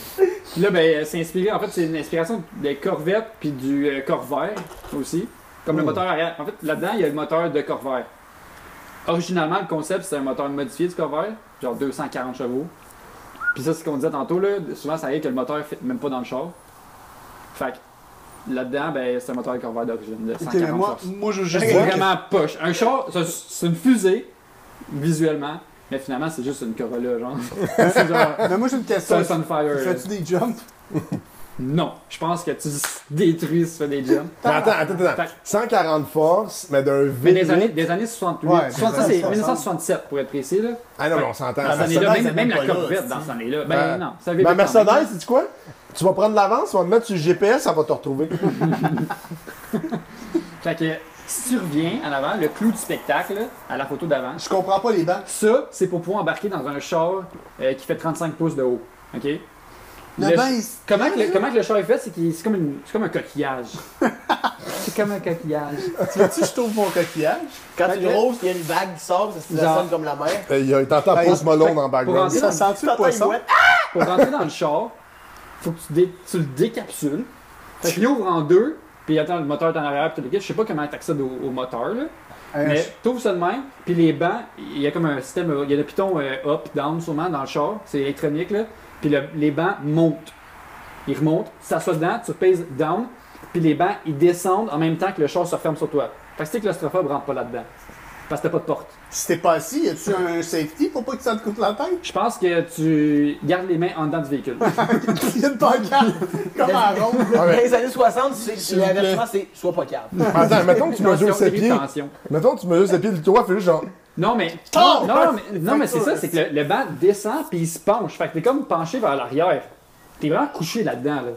Speaker 4: Puis là, ben, euh, c'est inspiré, en fait, c'est une inspiration des Corvettes puis du euh, Corvair aussi. Comme le moteur arrière. En fait, là-dedans, il y a le moteur de Corvair. Originalement, le concept, c'est un moteur modifié du Corvair, genre 240 chevaux. Puis ça, c'est ce qu'on disait tantôt, là, souvent, ça arrive que le moteur ne fit même pas dans le char. Fait que là-dedans, ben, c'est un moteur de Corvair d'origine, de 140
Speaker 5: Ok, mais moi,
Speaker 4: forces.
Speaker 5: moi je veux juste
Speaker 4: C'est
Speaker 5: dire que-
Speaker 4: vraiment poche. Un char, c'est- c'est une fusée, visuellement, mais finalement, c'est juste une Corolla, genre. c'est genre,
Speaker 5: Mais moi j'ai une
Speaker 4: c'est
Speaker 5: question.
Speaker 4: un Sunfire. là.
Speaker 5: Fais-tu des jumps?
Speaker 4: Non, je pense que tu s- détruis si tu fais des jumps.
Speaker 2: Mais attends, attends, attends. 140 forces, mais d'un V.
Speaker 4: Mais des années, des années 68,
Speaker 5: Ouais, des
Speaker 4: 60, ça
Speaker 5: années
Speaker 4: c'est
Speaker 5: 60.
Speaker 4: 1967 pour être précis. Là.
Speaker 2: Ah non, mais on s'entend.
Speaker 4: Dans
Speaker 2: ça-
Speaker 4: ces années-là,
Speaker 5: Mercedes,
Speaker 4: même,
Speaker 5: elle
Speaker 4: même la
Speaker 5: est même pas là,
Speaker 4: Corvette dans ces années-là. Ben
Speaker 2: Euh,
Speaker 4: non, ça avait
Speaker 2: Ma
Speaker 4: été quand même.
Speaker 2: Mercedes, c'est quoi? Tu vas prendre l'avance, tu vas me mettre sur le GPS, ça va te retrouver.
Speaker 4: Fait que si tu reviens en avant, le clou du spectacle, là, à la photo d'avant,
Speaker 5: Je comprends pas les bancs.
Speaker 4: ça c'est pour pouvoir embarquer dans un char euh, qui fait 35 pouces de haut. OK?
Speaker 5: Le
Speaker 4: Le-
Speaker 5: banc, il s-
Speaker 4: Comment, que le, comment que le char est fait, c'est qu'il- c'est comme, une- c'est comme un coquillage. c'est comme un coquillage.
Speaker 5: tu veux-tu que je trouve mon coquillage?
Speaker 3: Quand
Speaker 4: Fait
Speaker 3: tu
Speaker 4: que-
Speaker 3: l'ouvres, il y a une vague qui sort, ça se
Speaker 4: Genre.
Speaker 3: sonne comme la mer.
Speaker 2: Euh, Il y a- T'entends
Speaker 5: Hey,
Speaker 2: Post Malone en
Speaker 4: pour
Speaker 2: background.
Speaker 4: rentrer
Speaker 5: Ça
Speaker 4: dans,
Speaker 5: sent-tu
Speaker 3: T'entends
Speaker 5: le
Speaker 3: une
Speaker 5: poisson?
Speaker 3: mouette.
Speaker 4: pour rentrer dans le char, faut que tu, dé- tu le décapsules. Fait qu'il ouvre en deux, puis attends, le moteur est en arrière, puis tout le kit. Je sais pas comment t'accèdes au, au moteur, là.
Speaker 5: Euh,
Speaker 4: mais t'ouvres ça de même, puis les bancs, il y a comme un système, euh, il y a le piton euh, up, down, sûrement, dans le char. C'est électronique, là. Puis le- les bancs montent. Ils remontent, tu t'assois dedans, tu pèses down, puis les bancs, ils descendent en même temps que le char se referme sur toi. Fait que si t'es claustrophobe, rentre pas là-dedans. Parce que t'as pas de porte.
Speaker 5: Si t'es pas assis, y a-tu un safety pour pas que ça te coûte la tête?
Speaker 4: Je pense que tu gardes les mains en dedans du véhicule.
Speaker 5: Il y a une pancarte, comme à ronde.
Speaker 2: Ah,
Speaker 3: Dans
Speaker 2: mais-
Speaker 3: les années 60, c'est-
Speaker 2: S'il vous plaît.
Speaker 3: l'avertissement c'est sois pas calme.
Speaker 2: Attends, mettons que tu mesures
Speaker 4: Tension,
Speaker 2: ses pieds.
Speaker 4: tension.
Speaker 2: Mettons que tu mesures ses pieds, le toit fait juste genre.
Speaker 4: Non, mais.
Speaker 5: Oh!
Speaker 4: non, non, mais, non, mais c'est ça,
Speaker 5: Facture.
Speaker 4: c'est que le, le banc descend puis il se penche. Fait que t'es comme penché vers l'arrière. T'es vraiment couché là-dedans, là.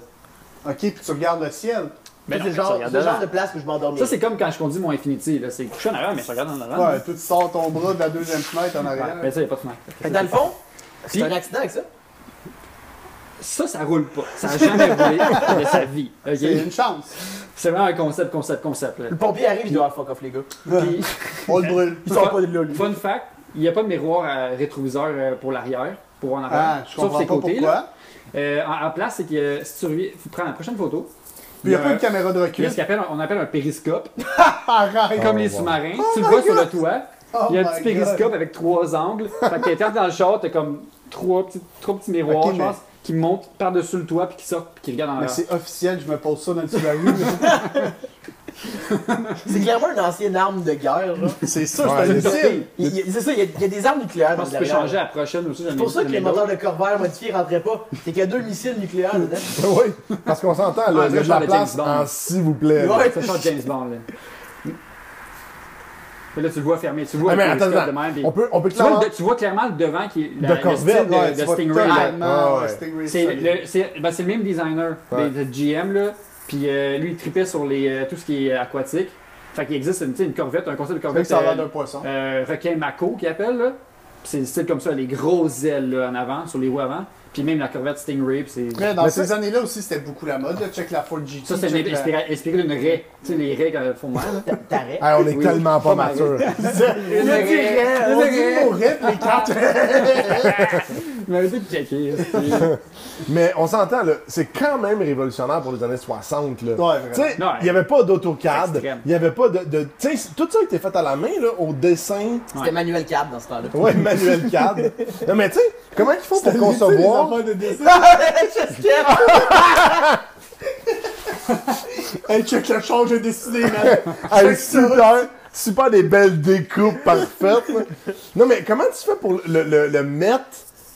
Speaker 5: Ok, puis tu regardes le ciel.
Speaker 4: Mais
Speaker 3: Ça, c'est
Speaker 4: Ben non,
Speaker 3: le
Speaker 4: tu
Speaker 3: genre,
Speaker 4: regardes
Speaker 3: c'est le genre
Speaker 4: devant.
Speaker 3: de place que je m'endormais.
Speaker 4: Ça, c'est comme quand je conduis mon Infinity, là. C'est couché en arrière, Ah, mais je regarde en avant.
Speaker 5: Ouais, toi, tu sors ton bras de la deuxième fenêtre en
Speaker 4: Ouais,
Speaker 5: arrière.
Speaker 4: mais ça, y a pas de fenêtre.
Speaker 3: Fait que dans le fond, c'est
Speaker 4: Puis-
Speaker 3: un accident avec ça.
Speaker 4: Ça, ça roule pas. Ça n'a jamais roulé de sa vie. ok?
Speaker 5: C'est une chance.
Speaker 4: C'est vraiment un concept, concept, concept. là.
Speaker 3: Le pompier arrive, il doit ah, fuck off, les gars.
Speaker 4: Puis,
Speaker 5: On le brûle.
Speaker 3: Ils sont pas de là, lui.
Speaker 4: fun fact, il n'y a pas de miroir à rétroviseur euh, pour l'arrière, pour en arrière,
Speaker 5: Ah, je
Speaker 4: sauf
Speaker 5: comprends
Speaker 4: ses
Speaker 5: pas
Speaker 4: côtés. là.
Speaker 5: pourquoi.
Speaker 4: Euh, en, en place, c'est que euh, si tu reviens- prends la prochaine photo,
Speaker 5: Puis il n'y a pas
Speaker 4: un-
Speaker 5: une caméra
Speaker 4: il
Speaker 5: de
Speaker 4: y a
Speaker 5: recul.
Speaker 4: ce qu'on appelle, on appelle un périscope,
Speaker 5: Pareil.
Speaker 4: comme
Speaker 6: Oh,
Speaker 4: les
Speaker 6: wow.
Speaker 4: sous-marins. tu le vois sur le toit.
Speaker 5: Oh
Speaker 4: Il y a un
Speaker 5: my
Speaker 4: petit
Speaker 5: God.
Speaker 4: périscope avec trois angles. Fait que t'es dans le char, t'as comme trois petits, trois petits miroirs,
Speaker 5: Ok,
Speaker 4: je
Speaker 5: mais-
Speaker 4: pense, qui montent par-dessus le toit puis qui sortent puis qui regardent en
Speaker 5: Mais
Speaker 4: l'air.
Speaker 5: c'est officiel, je me pose ça dans le Subaru.
Speaker 3: C'est clairement une ancienne arme de guerre, là.
Speaker 5: c'est ça,
Speaker 2: Ouais,
Speaker 5: c'est
Speaker 2: il y a-
Speaker 5: inutile.
Speaker 3: Il- il- C'est ça, il y, a, il y a des armes nucléaires
Speaker 4: Je pense
Speaker 3: dans
Speaker 4: que tu peux
Speaker 3: l'arrière.
Speaker 4: changer à la prochaine aussi.
Speaker 3: C'est pour ça que les moteurs de Corvair modifiés rentraient pas. C'est qu'il y a deux missiles nucléaires dedans.
Speaker 2: oui, parce qu'on s'entend, là,
Speaker 4: Ouais,
Speaker 2: il y a
Speaker 4: Ah, je
Speaker 2: de la
Speaker 4: parle de James
Speaker 2: place
Speaker 4: Bond.
Speaker 2: en s'il vous plaît. là.
Speaker 3: Ouais.
Speaker 4: Ça change James Bond, là. Mais là, tu le vois fermé. Tu le vois
Speaker 2: Ah, mais
Speaker 4: le
Speaker 2: attends,
Speaker 4: périscope
Speaker 2: attends.
Speaker 4: de même. puis-
Speaker 2: On peut, on peut
Speaker 4: Tu vois,
Speaker 2: clairement...
Speaker 4: le- tu vois clairement le devant qui est la-
Speaker 2: De
Speaker 4: le
Speaker 2: Corvette,
Speaker 4: style de,
Speaker 5: Ouais,
Speaker 4: de
Speaker 5: tu vois
Speaker 4: Stingray.
Speaker 5: totalement,
Speaker 2: Ouais, ouais.
Speaker 5: ouais, Stingray,
Speaker 4: Ah, C'est
Speaker 5: solide.
Speaker 4: le, c'est- ben, c'est le même designer
Speaker 2: Ouais.
Speaker 4: des, de GM, là. Puis euh, lui, il tripait sur les, euh, tout ce qui est aquatique. Fait qu'il existe une, tu sais, une corvette, un concept de
Speaker 5: Fait que
Speaker 4: corvette.
Speaker 5: ça a l'air
Speaker 4: euh,
Speaker 5: d'un poisson.
Speaker 4: euh, requin Mako qui appelle là. Puis C'est le style comme ça, les grosses ailes là, en avant, sur les roues avant. Puis même la Corvette Stingray, puis c'est.
Speaker 5: Mais dans
Speaker 2: Mais
Speaker 5: ces années-là aussi, c'était beaucoup la mode. là. Check la Ford GT.
Speaker 4: Ça, c'est
Speaker 5: check la-
Speaker 4: inspiré, inspiré d'une raie. Tu sais, les raies quand elles font mal.
Speaker 3: T'a- T'arrêtes.
Speaker 2: Ah, on est
Speaker 4: Oui.
Speaker 2: tellement pas
Speaker 4: Pas mal.
Speaker 2: mature.
Speaker 3: On
Speaker 4: raie.
Speaker 3: dirait, on
Speaker 5: On
Speaker 3: dirait.
Speaker 5: dit au rythme, les cartes.
Speaker 4: Tu m'avais dit de checker.
Speaker 2: Mais on s'entend, là, c'est quand même révolutionnaire pour les années 60. Là.
Speaker 5: Ouais, vraiment.
Speaker 2: Tu sais,
Speaker 4: Ouais.
Speaker 2: il n'y avait pas d'autocad,
Speaker 4: Extrême.
Speaker 2: il n'y avait pas de. de- tu sais, tout ça était fait à la main, là, au dessin,
Speaker 3: C'était Manuel Cab dans ce temps-là.
Speaker 2: ouais, manuel CAD. non, mais tu sais, comment ils font pour concevoir.
Speaker 5: de dessin.
Speaker 3: Je sais.
Speaker 5: Hey, check le change de dessiné, man.
Speaker 2: Hey, super, super des belles découpes parfaites. là. non, mais comment tu fais pour le, le- le mettre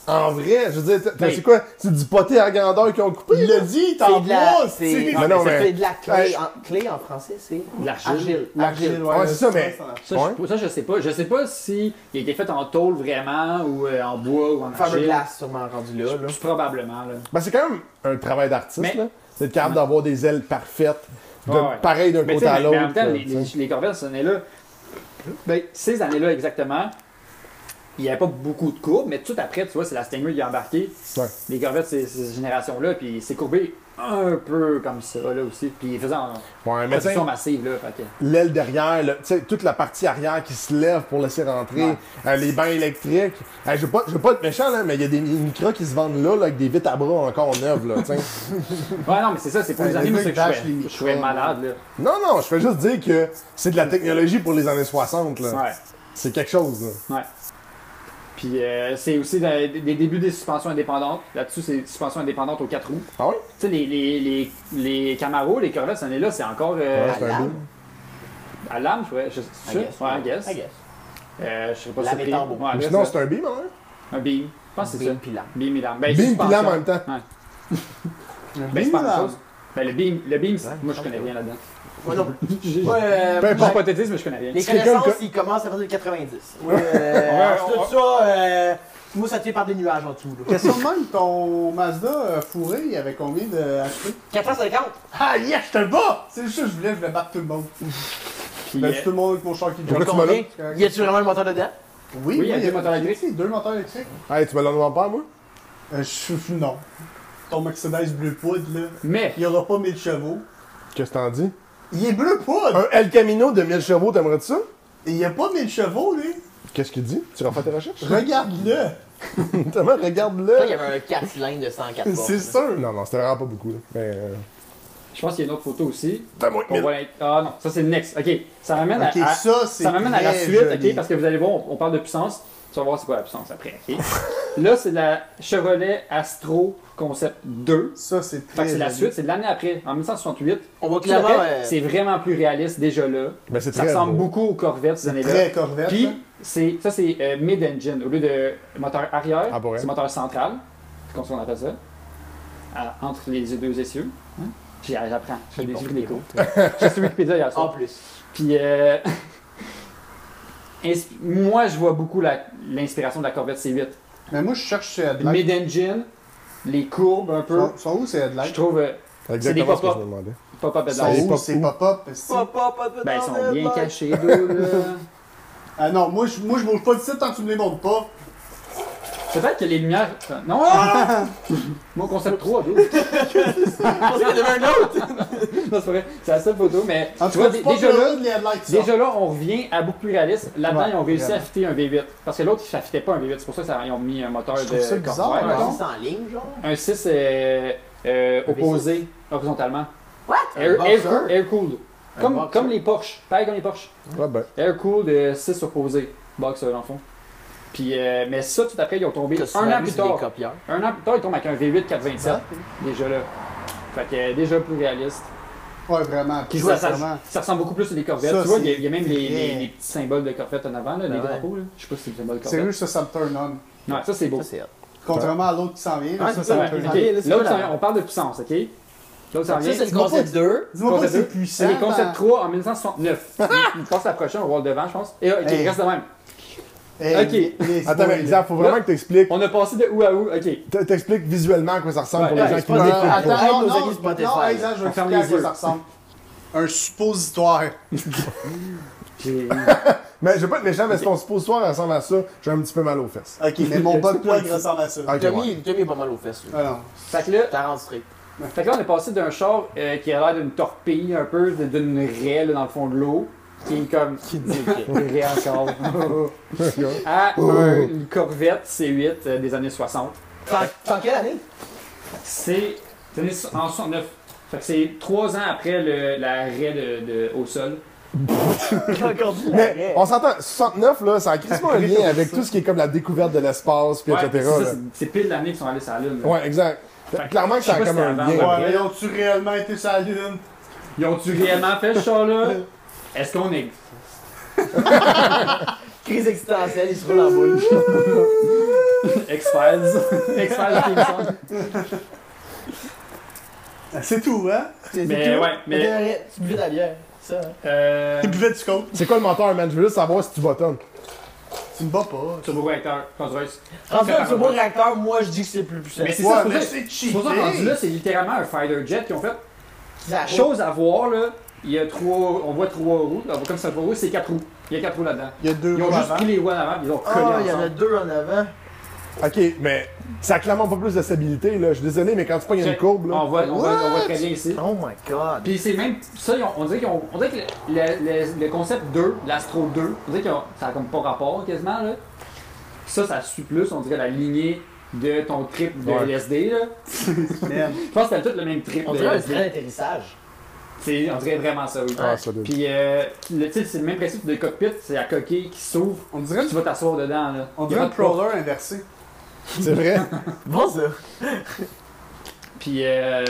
Speaker 2: en vrai? Je veux dire, t'as- t'as-
Speaker 4: Ben.
Speaker 2: c'est quoi? C'est du poté à grandeur qu'ils ont coupé?
Speaker 5: Il
Speaker 2: là?
Speaker 5: l'a dit,
Speaker 3: C'est
Speaker 5: t'en
Speaker 3: de la,
Speaker 5: bois,
Speaker 3: c'est,
Speaker 5: c'est.
Speaker 2: Ah, Mais non, mais-
Speaker 3: c'est de la clé,
Speaker 2: Ouais.
Speaker 3: en, clé en français, c'est
Speaker 4: L'argile.
Speaker 5: Ah,
Speaker 3: Argile.
Speaker 2: Ouais, Ah, c'est ça, mais-
Speaker 4: Ça, je, ça, je sais pas. Je sais pas si il a été fait en tôle vraiment, ou euh, en bois, ou en argile.
Speaker 3: Fiberglass, sûrement rendu là. là.
Speaker 4: Plus probablement, là.
Speaker 2: Ben, c'est quand même un travail d'artiste,
Speaker 4: Mais-
Speaker 2: là. C'est être capable d'avoir des ailes parfaites, de,
Speaker 4: Ouais, ouais.
Speaker 2: pareil d'un
Speaker 4: Mais, tu
Speaker 2: côté
Speaker 4: sais,
Speaker 2: à
Speaker 4: mais- mais en
Speaker 2: l'autre.
Speaker 4: même temps,
Speaker 2: là,
Speaker 4: les,
Speaker 2: tu sais.
Speaker 4: les, les Corvettes, ces années-là, ben, ces années-là exactement, il n'y avait pas beaucoup de courbes, mais tout après, tu vois, c'est la Stingray qui a embarqué.
Speaker 2: Ouais.
Speaker 4: Les Corvettes, c'est c'est cette génération-là, puis c'est courbé un peu comme ça, là aussi. Puis il faisait en
Speaker 2: Ouais, mais tu sais,
Speaker 4: production massive, là. Fait que-
Speaker 2: l'aile derrière, là, tu sais, toute la partie arrière qui se lève pour laisser rentrer,
Speaker 4: Ouais.
Speaker 2: euh, les bains électriques. Euh, je veux pas, je veux pas être méchant, là, mais il y a des micros qui se vendent là, là, avec des vitres à bras encore neuves, là, tu sais.
Speaker 4: Ouais, non, mais c'est ça, c'est pour
Speaker 5: Ouais,
Speaker 4: les
Speaker 5: le
Speaker 4: années où
Speaker 5: gars,
Speaker 4: c'est
Speaker 5: il
Speaker 4: que je
Speaker 5: bâche
Speaker 4: serais-
Speaker 5: les micros,
Speaker 4: je serais malade, là.
Speaker 2: Non, non, je fais juste dire que c'est de la technologie pour les années 60, là.
Speaker 4: Ouais.
Speaker 2: C'est quelque chose, là.
Speaker 4: Ouais. Puis euh, c'est aussi dans- des débuts des suspensions indépendantes. Là-dessus, c'est suspensions indépendantes aux quatre roues.
Speaker 2: Ah oui?
Speaker 4: Tu sais, les, les, les, les Camaro, les Corvettes, cette année-là, c'est encore euh,
Speaker 2: Ouais, c'est un
Speaker 3: lame.
Speaker 2: boom.
Speaker 4: à l'âme, je je- je-
Speaker 3: I guess,
Speaker 4: ouais, I guess.
Speaker 3: I guess.
Speaker 4: Euh, je serais pas
Speaker 3: La
Speaker 4: surpris.
Speaker 3: métambo.
Speaker 4: Ouais,
Speaker 2: Ou
Speaker 4: là,
Speaker 2: Sinon,
Speaker 4: ça-
Speaker 2: c'est un beam, hein?
Speaker 4: un beam. Je pense que c'est ça.
Speaker 3: Beam puis lame.
Speaker 4: Beam et lame. Ben,
Speaker 2: Beam puis hein.
Speaker 4: suspension.
Speaker 2: lame en même temps.
Speaker 4: Ouais. Ben,
Speaker 5: Beam
Speaker 4: c'est pas la même
Speaker 5: et lame.
Speaker 4: chose. Ben, le beam, le beam, c'est- moi, je connais rien là-dedans.
Speaker 3: Moi non.
Speaker 4: J'ai-
Speaker 3: Moi, euh,
Speaker 2: Peu
Speaker 4: Je suis
Speaker 2: importe.
Speaker 4: hypothétiste, mais je connais rien.
Speaker 3: les
Speaker 2: quelqu'un
Speaker 3: connaissances,
Speaker 2: que-
Speaker 3: ils commencent à partir de 90. Euh,
Speaker 4: Ouais,
Speaker 3: ensuite de ça, euh, moi, ça tient par des nuages en dessous. là.
Speaker 5: Question de même, ton Mazda euh, fourré, il avait combien de HP?
Speaker 3: 450?
Speaker 5: Ah, yes, je te bats! C'est juste, je voulais, je voulais battre tout le monde.
Speaker 4: Puis,
Speaker 5: Ben, Je
Speaker 4: euh,
Speaker 5: battre tout le monde avec mon char qui
Speaker 2: Pourquoi
Speaker 5: jump.
Speaker 2: tu m'as là?
Speaker 5: correct.
Speaker 3: Y a-tu vraiment un moteur dedans?
Speaker 5: Oui,
Speaker 4: il y a deux
Speaker 5: avait-
Speaker 4: moteurs électriques.
Speaker 5: si, Deux moteurs électriques.
Speaker 2: Hey, tu me l'en demandes pas, moi?
Speaker 5: Euh, je suis. Non. Ton Mercedes bleu poudre, là,
Speaker 4: Mais,
Speaker 5: il y aura pas 1000 chevaux.
Speaker 2: Qu'est-ce que t'en dis?
Speaker 5: Il est bleu poudre!
Speaker 2: Un El Camino de 1000 chevaux, t'aimerais-tu ça?
Speaker 5: Il y a pas 1000 chevaux, lui.
Speaker 2: Qu'est-ce qu'il dit? Tu refais tes recherches?
Speaker 5: Regarde-le!
Speaker 2: Justement,
Speaker 3: Il y
Speaker 2: regarde-le.
Speaker 3: avait un 4 cylindres de 104 bornes.
Speaker 5: C'est
Speaker 3: là.
Speaker 5: sûr!
Speaker 2: Non, non, c'était vraiment pas beaucoup. là. Mais. euh,
Speaker 4: je pense qu'il y a une autre photo aussi.
Speaker 2: t'as moins de
Speaker 4: On
Speaker 2: mille.
Speaker 4: voit la- Ah non, ça c'est le next. Ok, ça m'amène à-
Speaker 5: Ok,
Speaker 4: à,
Speaker 5: ça, c'est.
Speaker 4: Ah, Ça m'amène à la
Speaker 5: très
Speaker 4: suite,
Speaker 5: joli.
Speaker 4: ok? Parce que vous allez voir, on, on parle de puissance. Tu vas voir c'est quoi la puissance après, ok? Là, c'est la Chevrolet Astro Concept 2.
Speaker 5: Ça, c'est
Speaker 4: Fait
Speaker 5: très.
Speaker 4: que c'est la
Speaker 5: joli.
Speaker 4: suite, c'est de l'année après, en 1968.
Speaker 3: On voit
Speaker 4: Tout à fait,
Speaker 3: clairement. euh,
Speaker 4: C'est vraiment plus réaliste déjà là.
Speaker 2: Ben, c'est
Speaker 4: Ça
Speaker 2: très
Speaker 4: ressemble
Speaker 2: beau.
Speaker 4: beaucoup aux Corvettes ces années-là.
Speaker 5: Très corvette.
Speaker 4: Puis,
Speaker 5: hein.
Speaker 4: c'est, ça, c'est euh, mid-engine. Au lieu de moteur arrière,
Speaker 2: Ah, pour vrai?
Speaker 4: c'est moteur central. Comme ça, on appelle ça. À- entre les deux essieux. Hein? J'ai- J'apprends. Je fais des livres des cours. J'ai sur Wikipédia hier soir.
Speaker 3: En plus.
Speaker 2: Ah.
Speaker 4: Puis, euh, ins- moi, je vois beaucoup la- l'inspiration de la Corvette C8.
Speaker 5: Mais moi, je cherche ces headlights.
Speaker 4: Mid-engine, les courbes un peu.
Speaker 5: Sont, sont où ces
Speaker 4: Je
Speaker 5: headlights?
Speaker 4: trouve euh,
Speaker 2: Exactement
Speaker 4: C'est
Speaker 2: ce
Speaker 4: des
Speaker 2: que je me demandais.
Speaker 4: pas pas
Speaker 5: Sont
Speaker 4: pédale.
Speaker 2: les
Speaker 5: où
Speaker 2: pop-
Speaker 5: ces pop-up? esti?
Speaker 4: Ben, ils sont bien cachés, deux, là.
Speaker 5: Ah non, moi, je, moi, je bouge pas de site tant que tu me les montres pas.
Speaker 4: Peut-être que les lumières. euh, Non!
Speaker 5: Ah!
Speaker 4: non, non. Mon concept 3, d'où? non,
Speaker 3: Parce qu'il y en avait un autre.
Speaker 4: c'est pas vrai. C'est la seule photo, mais.
Speaker 5: En
Speaker 4: tu
Speaker 5: tout
Speaker 4: vois,
Speaker 5: cas,
Speaker 4: dé-
Speaker 5: c'est pas
Speaker 4: déjà là,
Speaker 5: heureux de les headlights qui sortent.
Speaker 4: déjà là, on revient à beaucoup plus réaliste. Là-dedans,
Speaker 5: Ouais,
Speaker 4: ils ont réussi à
Speaker 5: vraiment.
Speaker 4: fitter un V8. Parce que l'autre, il ne fitait pas un V8. C'est pour ça qu'ils ont mis un moteur
Speaker 5: Je
Speaker 4: de.
Speaker 5: trouve ça bizarre,
Speaker 4: Corvair,
Speaker 5: ouais.
Speaker 4: mettons.
Speaker 3: C'est en ligne, genre.
Speaker 4: Un 6 euh, euh, opposé horizontalement.
Speaker 3: What?
Speaker 4: Air,
Speaker 3: Un
Speaker 4: air,
Speaker 3: boxer?
Speaker 4: air cooled.
Speaker 3: Un
Speaker 4: Comme,
Speaker 3: boxer.
Speaker 4: comme les Porsche. Pareil comme les Porsche.
Speaker 2: Ouais, ben.
Speaker 4: Air cooled, euh, 6 opposé. Box, dans le fond. Puis, euh, mais ça, tout après, ils ont tombé
Speaker 3: Que souvent,
Speaker 4: un an
Speaker 3: lui,
Speaker 4: plus
Speaker 3: c'est des
Speaker 4: tard.
Speaker 3: copieurs.
Speaker 4: Un an plus tard, ils tombent avec un V8 427. Déjà là. Fait que euh, déjà plus réaliste.
Speaker 5: Ouais, vraiment.
Speaker 4: Puis
Speaker 5: ouais,
Speaker 4: ça, ça-
Speaker 5: vraiment.
Speaker 4: ça ressemble beaucoup plus à des Corvettes.
Speaker 5: Ça,
Speaker 4: tu vois, il
Speaker 5: c'est
Speaker 4: y a- il y, a même les,
Speaker 5: vrai.
Speaker 4: les- les petits symboles de Corvette en avant, là, les
Speaker 3: ouais.
Speaker 4: drapeaux. là. Je sais pas si c'est le symbole de Corvette.
Speaker 5: Sérieux, ça, ça me turn on.
Speaker 4: Ouais, ça c'est beau.
Speaker 3: Ça, c'est hot.
Speaker 5: Contrairement à l'autre qui s'en vient, là,
Speaker 3: Ouais,
Speaker 5: ça,
Speaker 3: c'est
Speaker 5: ça
Speaker 4: Ouais,
Speaker 5: me
Speaker 3: vrai.
Speaker 5: turn
Speaker 4: ok.
Speaker 5: on.
Speaker 3: Là, c'est
Speaker 4: L'autre,
Speaker 3: pas
Speaker 4: ça-
Speaker 3: la-
Speaker 4: on parle de puissance, ok? L'autre, ça
Speaker 3: Ça,
Speaker 4: revient.
Speaker 3: c'est le
Speaker 5: Dis-moi
Speaker 3: concept
Speaker 5: pas-
Speaker 3: 2.
Speaker 5: Dis-moi pas que c'est
Speaker 4: Concept-
Speaker 5: puissant.
Speaker 4: C'est les concepts
Speaker 5: ben-
Speaker 4: 3 en 1969. Je pense l'approcher, on va le devant, je pense. Et là, ok,
Speaker 5: Hey.
Speaker 4: reste de même.
Speaker 5: Hey,
Speaker 4: Ok.
Speaker 5: Eh, les
Speaker 2: Attends, mais
Speaker 5: spoilers.
Speaker 2: Xav, faut vraiment que t'expliques.
Speaker 4: On a passé de où à où, ok.
Speaker 2: t- T'expliques visuellement à quoi ça ressemble
Speaker 4: Ouais,
Speaker 2: pour les
Speaker 4: ouais,
Speaker 2: gens
Speaker 4: c'est
Speaker 2: qui
Speaker 3: pas
Speaker 2: nous
Speaker 3: des-
Speaker 2: écoutent.
Speaker 3: Attends,
Speaker 5: Attends,
Speaker 3: nos
Speaker 5: non, non,
Speaker 3: amis Spotify.
Speaker 5: non, hey, Zach, je vais
Speaker 4: On ferme
Speaker 5: expliquer à
Speaker 4: les
Speaker 5: quoi
Speaker 4: yeux.
Speaker 5: ça ressemble. Un suppositoire.
Speaker 4: J'ai-
Speaker 2: Mais je vais pas être méchant, mais si ton suppositoire ressemble à ça, j'ai un petit peu mal aux fesses.
Speaker 5: Ok, mais mon bas de plug ressemble à ça.
Speaker 2: Ok, ouais.
Speaker 3: Tommy, Tommy est pas mal aux fesses. lui.
Speaker 5: Ah non.
Speaker 4: Fait que là,
Speaker 3: T'as rendu strict.
Speaker 4: Fait que là, on est passé d'un char euh, qui a l'air d'une torpille, un peu, de- d'une raie là, dans le fond de l'eau, qui est comme.
Speaker 3: Qui dit que.
Speaker 4: Une raie encore. à un- une Corvette C8 euh, des années 60.
Speaker 3: T'en quelle année?
Speaker 4: C'est. des années so- en 69. Fait que c'est trois ans après le- la raie de, de- au sol.
Speaker 3: Encore dit
Speaker 2: Mais on s'entend, 69, là, ça a crissement un lien avec tout ce qui est comme la découverte de l'espace, puis
Speaker 4: Ouais,
Speaker 2: etc.
Speaker 4: c'est ça,
Speaker 2: là.
Speaker 4: c'est- C'est pile l'année qu'ils sont allés sur la Lune. là.
Speaker 2: Ouais, exact.
Speaker 4: Fait que
Speaker 2: Clairement que
Speaker 4: je sais
Speaker 2: ça a
Speaker 4: pas
Speaker 2: comme
Speaker 4: si
Speaker 2: un
Speaker 4: c'est avant,
Speaker 2: lien.
Speaker 4: ouais.
Speaker 5: Ouais, mais ils ont-tu réellement été sur la lune?
Speaker 4: Ils ont-tu réellement fait ce char-là? Est-ce qu'on est.
Speaker 3: Crise existentielle, il se roule en boule.
Speaker 4: X-Files? X-Files, il me semble.
Speaker 5: C'est tout, hein?
Speaker 3: C'est-
Speaker 4: Mais
Speaker 3: c'est tout.
Speaker 4: ouais, mais-
Speaker 3: t'as- Tu buvais de la bière. Ça. hein?
Speaker 4: Euh.
Speaker 5: Tu buvais du coke.
Speaker 2: C'est quoi le moteur, man? Je veux juste savoir si tu bottomes.
Speaker 5: Tu me bats pas.
Speaker 4: Turbo-réacteur, Rolls-Royce.
Speaker 3: Rendu un
Speaker 4: Apparemment.
Speaker 3: turbo réacteur, moi je dis que c'est le plus puissant.
Speaker 4: Mais c'est
Speaker 5: Ouais,
Speaker 4: ça, c'est
Speaker 5: mais
Speaker 4: vrai.
Speaker 5: c'est
Speaker 4: C'est pour ça rendu
Speaker 5: cheaté.
Speaker 4: là, c'est littéralement un fighter jet qu'ils ont fait.
Speaker 3: Ça roule.
Speaker 4: Chose à voir là, il y a trois, on voit trois roues, on voit comme ça trois roues, c'est quatre roues. Il y a quatre roues là-dedans.
Speaker 5: Il y a deux
Speaker 4: Ils ont
Speaker 5: roues
Speaker 4: juste
Speaker 5: avant.
Speaker 4: pris les roues en avant, puis ils ont collé
Speaker 3: Ah, il y en a
Speaker 4: ensemble.
Speaker 3: deux en avant.
Speaker 2: Ok, mais ça a clairement pas plus de stabilité, là. Je suis désolé, mais quand tu pognes une courbe, là.
Speaker 4: On voit, on voit, on voit très bien ici.
Speaker 3: Oh my god.
Speaker 4: Puis c'est même ça, ils ont- on dirait qu'ils ont- on dirait que le, le- le- le concept 2, l'Astro 2, on dirait que ça a comme pas rapport quasiment là. Ça, ça suit plus, on dirait la lignée de ton trip de
Speaker 2: Ouais.
Speaker 4: LSD là.
Speaker 5: Man.
Speaker 4: Je pense que c'était tout le même trip
Speaker 3: On
Speaker 4: de
Speaker 3: dirait un
Speaker 4: LSD.
Speaker 3: train d'atterrissage.
Speaker 4: C'est, on dirait vraiment ça, oui.
Speaker 2: Ah, solide.
Speaker 4: Puis, euh, le, tu sais, c'est le même principe de cockpit, c'est la coquille qui s'ouvre.
Speaker 5: On dirait,
Speaker 4: Tu vas t'asseoir dedans, là.
Speaker 5: on
Speaker 4: Y a
Speaker 5: dirait un
Speaker 4: pas de porte.
Speaker 5: prowler inversé.
Speaker 2: C'est vrai.
Speaker 3: Bon ça.
Speaker 4: Puis, euh,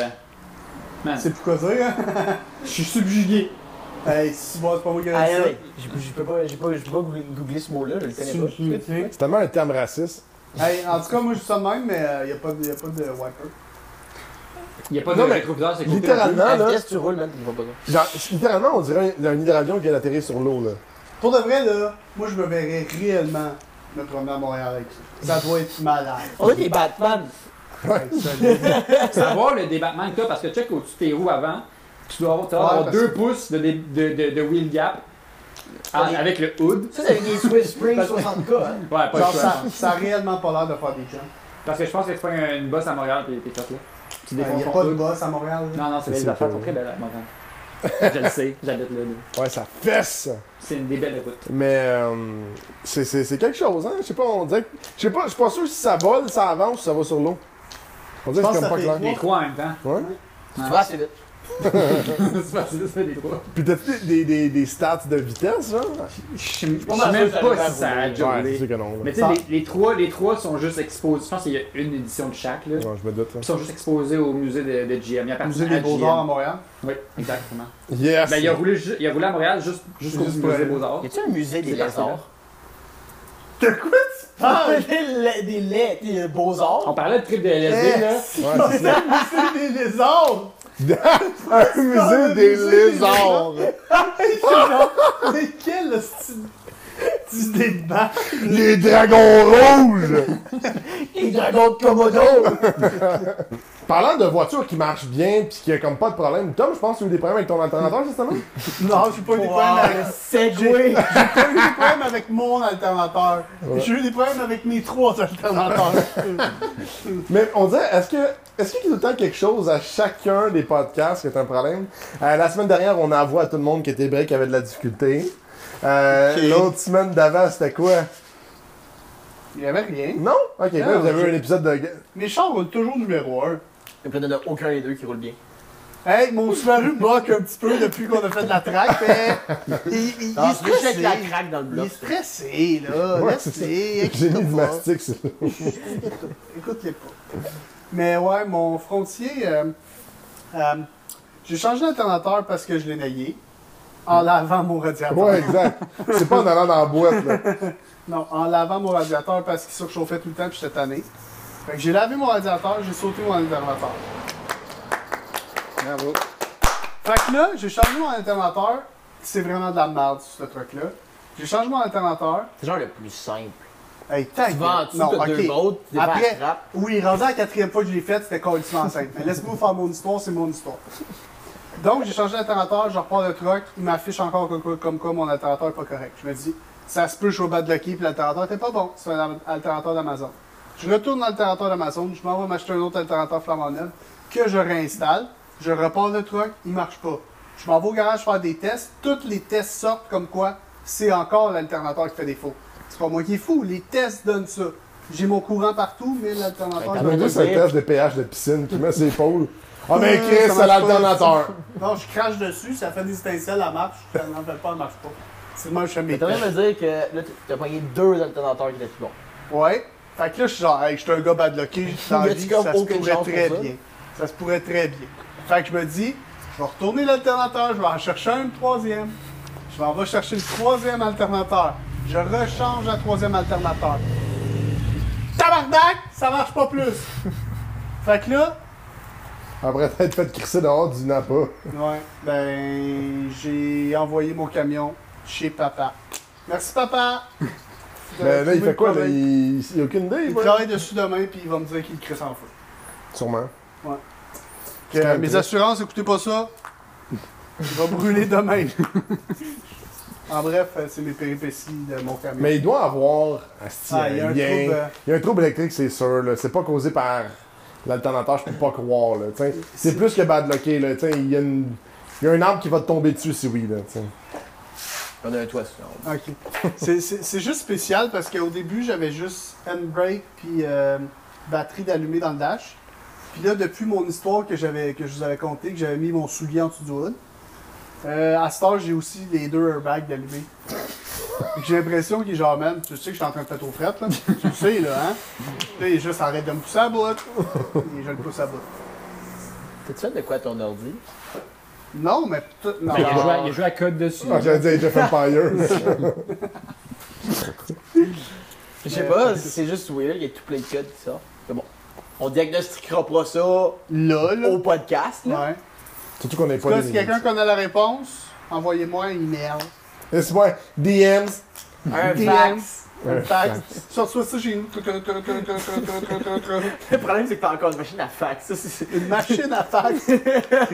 Speaker 4: man,
Speaker 5: C'est plus quoi dire, hein?
Speaker 4: je suis subjugué.
Speaker 5: Hey, si bon, c'est pas moi qui
Speaker 3: Ah,
Speaker 5: ai
Speaker 3: ouais. J'ai j'ai pas, j'ai pas, j'ai pas googlé ce mot-là, je le
Speaker 5: dit ça.
Speaker 3: connais pas.
Speaker 5: Subjugué.
Speaker 2: C'est tellement un terme raciste.
Speaker 5: Hey, en tout cas, moi je suis ça de même, mais il n'y a, pas de- y a pas de wiper.
Speaker 4: Il n'y a pas
Speaker 2: Non,
Speaker 4: de
Speaker 2: mais
Speaker 4: rétroviseur, c'est coupé.
Speaker 2: Littéralement,
Speaker 3: À
Speaker 2: là.
Speaker 3: vitesse Ah, tu roules, man, il va pas bien.
Speaker 2: Genre, littéralement, on dirait un, un hydravion qui vient d'atterrir sur l'eau, là.
Speaker 5: Pour de vrai, là, moi je me verrais réellement me promener à Montréal avec ça. Ça doit être malade.
Speaker 3: On a des Batman.
Speaker 5: Hey, solide.
Speaker 4: Savoir le débattement que t'as, parce que check au-dessus de tes roues avant, tu dois avoir, tu dois
Speaker 5: Ouais,
Speaker 4: avoir
Speaker 5: parce
Speaker 4: deux pouces de, dé- de, de, de wheel gap en-
Speaker 3: Ouais.
Speaker 4: avec le hood.
Speaker 3: Ça, c'est avec des Swiss Spring 60K, hein.
Speaker 4: Ouais, pas le
Speaker 5: Genre,
Speaker 4: choix.
Speaker 5: ça, ça a réellement pas l'air de faire des gens.
Speaker 4: Parce que je pense que tu prends une bosse à Montréal, puis t'es fait là. Tu
Speaker 5: Il
Speaker 4: défonces
Speaker 5: n'y Euh, a
Speaker 4: ton
Speaker 5: pas de
Speaker 4: hood.
Speaker 5: boss à Montréal. là.
Speaker 4: Non, non, c'est
Speaker 2: C'est
Speaker 4: des affaires,
Speaker 2: pas
Speaker 4: sont
Speaker 2: vrai.
Speaker 4: très belles à Montréal. Je le sais, j'habite là. là.
Speaker 2: Ouais, ça fesse.
Speaker 4: C'est une des belles routes.
Speaker 2: Mais euh, c'est- c'est c'est quelque chose, hein. Je sais pas, on dirait. que- Je sais pas, je suis pas sûr si ça vole, ça avance ou ça va sur l'eau. On dirait que
Speaker 5: Je
Speaker 2: c'est comme pas
Speaker 5: pense que
Speaker 2: clair.
Speaker 5: ça fait
Speaker 4: Les trois en même temps.
Speaker 2: Ouais.
Speaker 3: Tu vas assez vite.
Speaker 4: c'est facile, ça fait des trois.
Speaker 2: Puis t'as des, des, des stats de vitesse, genre?
Speaker 4: Je sais je
Speaker 3: Pas
Speaker 4: sais
Speaker 3: mal
Speaker 4: même
Speaker 3: sûr que
Speaker 4: pas
Speaker 3: ça
Speaker 4: si ben, ça a
Speaker 3: arrive
Speaker 2: Ouais, c'est
Speaker 4: jolé.
Speaker 2: sûr que non. là.
Speaker 4: Mais tu sais,
Speaker 5: Ça-
Speaker 4: les, les trois, les trois sont juste exposés. Je pense qu'il y a une édition de chaque. Là.
Speaker 2: Ouais, je me doute, hein. là.
Speaker 4: Ils sont juste exposés au musée de, de GM. Il
Speaker 5: Au
Speaker 4: appartient
Speaker 5: Musée
Speaker 4: à
Speaker 5: des
Speaker 4: GM.
Speaker 5: Beaux-Arts à Montréal.
Speaker 4: Oui, exactement.
Speaker 2: Yes!
Speaker 4: Ben, il, a roulé, ju- il a roulé à Montréal juste- jusqu'au
Speaker 5: Juste pour
Speaker 4: musée des
Speaker 5: aller.
Speaker 4: Beaux-Arts.
Speaker 3: Y a-tu un musée des
Speaker 4: C'est parti, là.
Speaker 3: lézards? Ah, des laits, des laits, des
Speaker 4: On
Speaker 3: beaux-arts.
Speaker 4: parlait de trip de LSD. là.
Speaker 2: Ouais, c'est ça.
Speaker 5: C'est des lézards!
Speaker 2: un musée des
Speaker 5: musée des
Speaker 2: lézards!
Speaker 5: Genre, Mais quel style
Speaker 3: petite idée de bain.
Speaker 2: Les dragons rouges!
Speaker 3: Les dragons de Komodo!
Speaker 2: Parlant de voitures qui marchent bien puis qui a comme pas de problème, Tom, je pense que tu as eu des problèmes avec ton alternateur, justement?
Speaker 5: Non, j'ai pas eu des problèmes
Speaker 3: Wow,
Speaker 5: avec...
Speaker 3: Segway!
Speaker 5: J'ai pas eu des problèmes avec mon alternateur. J'ai eu des problèmes avec mes trois alternateurs.
Speaker 2: Mais on dirait, est-ce que est-ce qu'il y a tout le temps quelque chose à chacun des podcasts qui est un problème? Euh, la semaine dernière, on envoie à tout le monde qui était break qui avait de la difficulté. Euh,
Speaker 5: Ok.
Speaker 2: L'autre semaine d'avant, c'était quoi?
Speaker 5: Il y avait rien.
Speaker 2: Non? Ok, là,
Speaker 5: Non,
Speaker 2: vous avez
Speaker 5: je-
Speaker 2: eu un épisode de...
Speaker 5: Mes chars ont toujours numéro 1.
Speaker 3: Après, il n'y en a aucun des deux qui roule bien.
Speaker 5: Hey, mon Subaru bloque un petit peu depuis qu'on a fait de la traque, mais il, il, il est
Speaker 3: Ah, je
Speaker 5: stressé.
Speaker 3: avec la craque dans le
Speaker 5: Il est
Speaker 3: bloc.
Speaker 5: stressé, là.
Speaker 2: Ouais,
Speaker 5: Laisse-le.
Speaker 2: J'ai mis du
Speaker 5: inquiète-toi pas.
Speaker 2: mastic sur le-
Speaker 5: Écoute-les pas. Mais ouais, mon frontier, euh, euh, j'ai changé d'alternateur parce que je l'ai naillé en lavant mon radiateur.
Speaker 2: Ouais, exact. C'est pas en allant dans la boîte,
Speaker 5: Ah,
Speaker 2: là.
Speaker 5: Non, en lavant mon radiateur parce qu'il surchauffait tout le temps puis j'étais tanné. Fait que j'ai lavé mon radiateur, j'ai sauté mon alternateur.
Speaker 2: Bravo.
Speaker 5: Fait que là, j'ai changé mon alternateur. C'est vraiment de la merde, ce truc-là. J'ai changé mon alternateur.
Speaker 3: C'est genre le plus simple.
Speaker 5: Hey, ta
Speaker 3: Tu vas en
Speaker 5: gueule.
Speaker 3: dessous, t'as deux
Speaker 5: ok.
Speaker 3: volts, tu vas à la
Speaker 5: Après,
Speaker 3: trappe.
Speaker 5: oui, rendu à la quatrième fois que je l'ai faite, c'était complètement simple. Mais laisse-moi faire mon histoire, c'est mon histoire. Donc, j'ai changé d'alternateur, je repars le truck, il m'affiche encore comme quoi, comme quoi mon alternateur est pas correct. Je me dis, ça se peut, je suis au bas de puis l'alternateur était pas bon. C'est un al- alternateur d'Amazon. Je retourne dans l'alternateur d'Amazon, je m'en vais m'acheter un autre alternateur flamand neuf que je réinstalle. Je repars le truck, il marche pas. Je m'en vais au garage faire des tests. Tous les tests sortent comme quoi c'est encore l'alternateur qui fait défaut. C'est pas moi qui est fou, les tests donnent ça. J'ai mon courant partout, mais l'alternateur.
Speaker 2: On a juste un test de pH de piscine qui met ses pôles. Ah, mais
Speaker 5: Ouais,
Speaker 2: Chris,
Speaker 5: ça
Speaker 2: c'est
Speaker 5: marche pas.
Speaker 2: l'alternateur.
Speaker 5: Non, je crache dessus, ça fait des étincelles, elle marche. Ça n'en fait pas, elle marche pas. C'est moi, je fais mes
Speaker 3: Mais t'as
Speaker 5: tests.
Speaker 3: rien à me dire que là, t'as pogné deux alternateurs qui étaient plus bons.
Speaker 5: Ouais. Fait que là, je suis genre, hey, je suis un gars badlocké, je suis dans
Speaker 3: Y
Speaker 5: la
Speaker 3: a-tu
Speaker 5: vie,
Speaker 3: comme
Speaker 5: ça se
Speaker 3: aucune
Speaker 5: pourrait
Speaker 3: chance
Speaker 5: très
Speaker 3: pour ça?
Speaker 5: bien. Ça se pourrait très bien. Fait que je me dis, je vais retourner l'alternateur, je vais en chercher un troisième. Je m'en vais chercher le troisième alternateur. Je rechange un troisième alternateur. Tabarnak, ça marche pas plus. fait que là,
Speaker 2: Après t'être fait crisser dehors du Napa.
Speaker 5: Ouais, ben j'ai envoyé mon camion chez papa. Merci papa.
Speaker 2: Mais Ben, là, il
Speaker 5: Trouvé
Speaker 2: fait quoi,
Speaker 5: le
Speaker 2: là?
Speaker 5: problème.
Speaker 2: Il il a aucune idée,
Speaker 5: Il
Speaker 2: ouais.
Speaker 5: travaille dessus demain puis il va me dire qu'il crée sans feu.
Speaker 2: Sûrement.
Speaker 5: Ouais.
Speaker 2: C'est quand même
Speaker 5: mes
Speaker 2: triste.
Speaker 5: assurances, écoutez pas ça. Il va brûler demain. en bref, euh, c'est mes péripéties de mon camion.
Speaker 2: Mais il doit avoir asti,
Speaker 5: Ah, il y a un
Speaker 2: lien.
Speaker 5: trouble, euh.
Speaker 2: Il y a un trouble électrique, c'est sûr. là. C'est pas causé par l'alternateur, je peux pas croire. là, t'sais. C'est plus que bad lucké, là. t'sais. Il y, a une- il y a un arbre qui va te tomber dessus si oui. Là, t'sais.
Speaker 3: On a un toit, sinon.
Speaker 5: Ok. C'est- C'est c'est juste spécial parce qu'au début, j'avais juste handbrake puis euh, batterie d'allumer dans le dash. Puis là, depuis mon histoire que j'avais que je vous avais conté, que j'avais mis mon soulier en dessous du hood, euh, à cette heure, j'ai aussi les deux airbags d'allumé. Fait que J'ai l'impression qu'il est genre, man, tu sais que je suis en train de faire au fret, là. Tu le sais, là, hein. Là, il est juste arrête de me pousser à bout. Et je le pousse à bout.
Speaker 3: T'as-tu fait de quoi ton ordi?
Speaker 5: Non, mais. tout- Non,
Speaker 4: Il a joué à- il a joué à code dessus.
Speaker 2: Ah, J'allais dire Jeff Empire.
Speaker 3: Je sais pas, Euh, c'est juste weird, il y a tout plein de codes qui sortent. C'est bon. On diagnostiquera pas ça au
Speaker 5: là, là.
Speaker 3: podcast, là.
Speaker 5: Ouais.
Speaker 2: Surtout qu'on n'est
Speaker 5: En tout
Speaker 2: pas
Speaker 5: cas,
Speaker 2: des.
Speaker 5: si quelqu'un connaît la réponse, envoyez-moi un email.
Speaker 2: Laisse-moi. DMs.
Speaker 3: Un
Speaker 5: DM.
Speaker 3: fax.
Speaker 5: Un fax. Surtout ça chez nous. Une
Speaker 3: Le problème, c'est que t'as encore une machine à fax. Ça, c'est...
Speaker 5: machine à fax.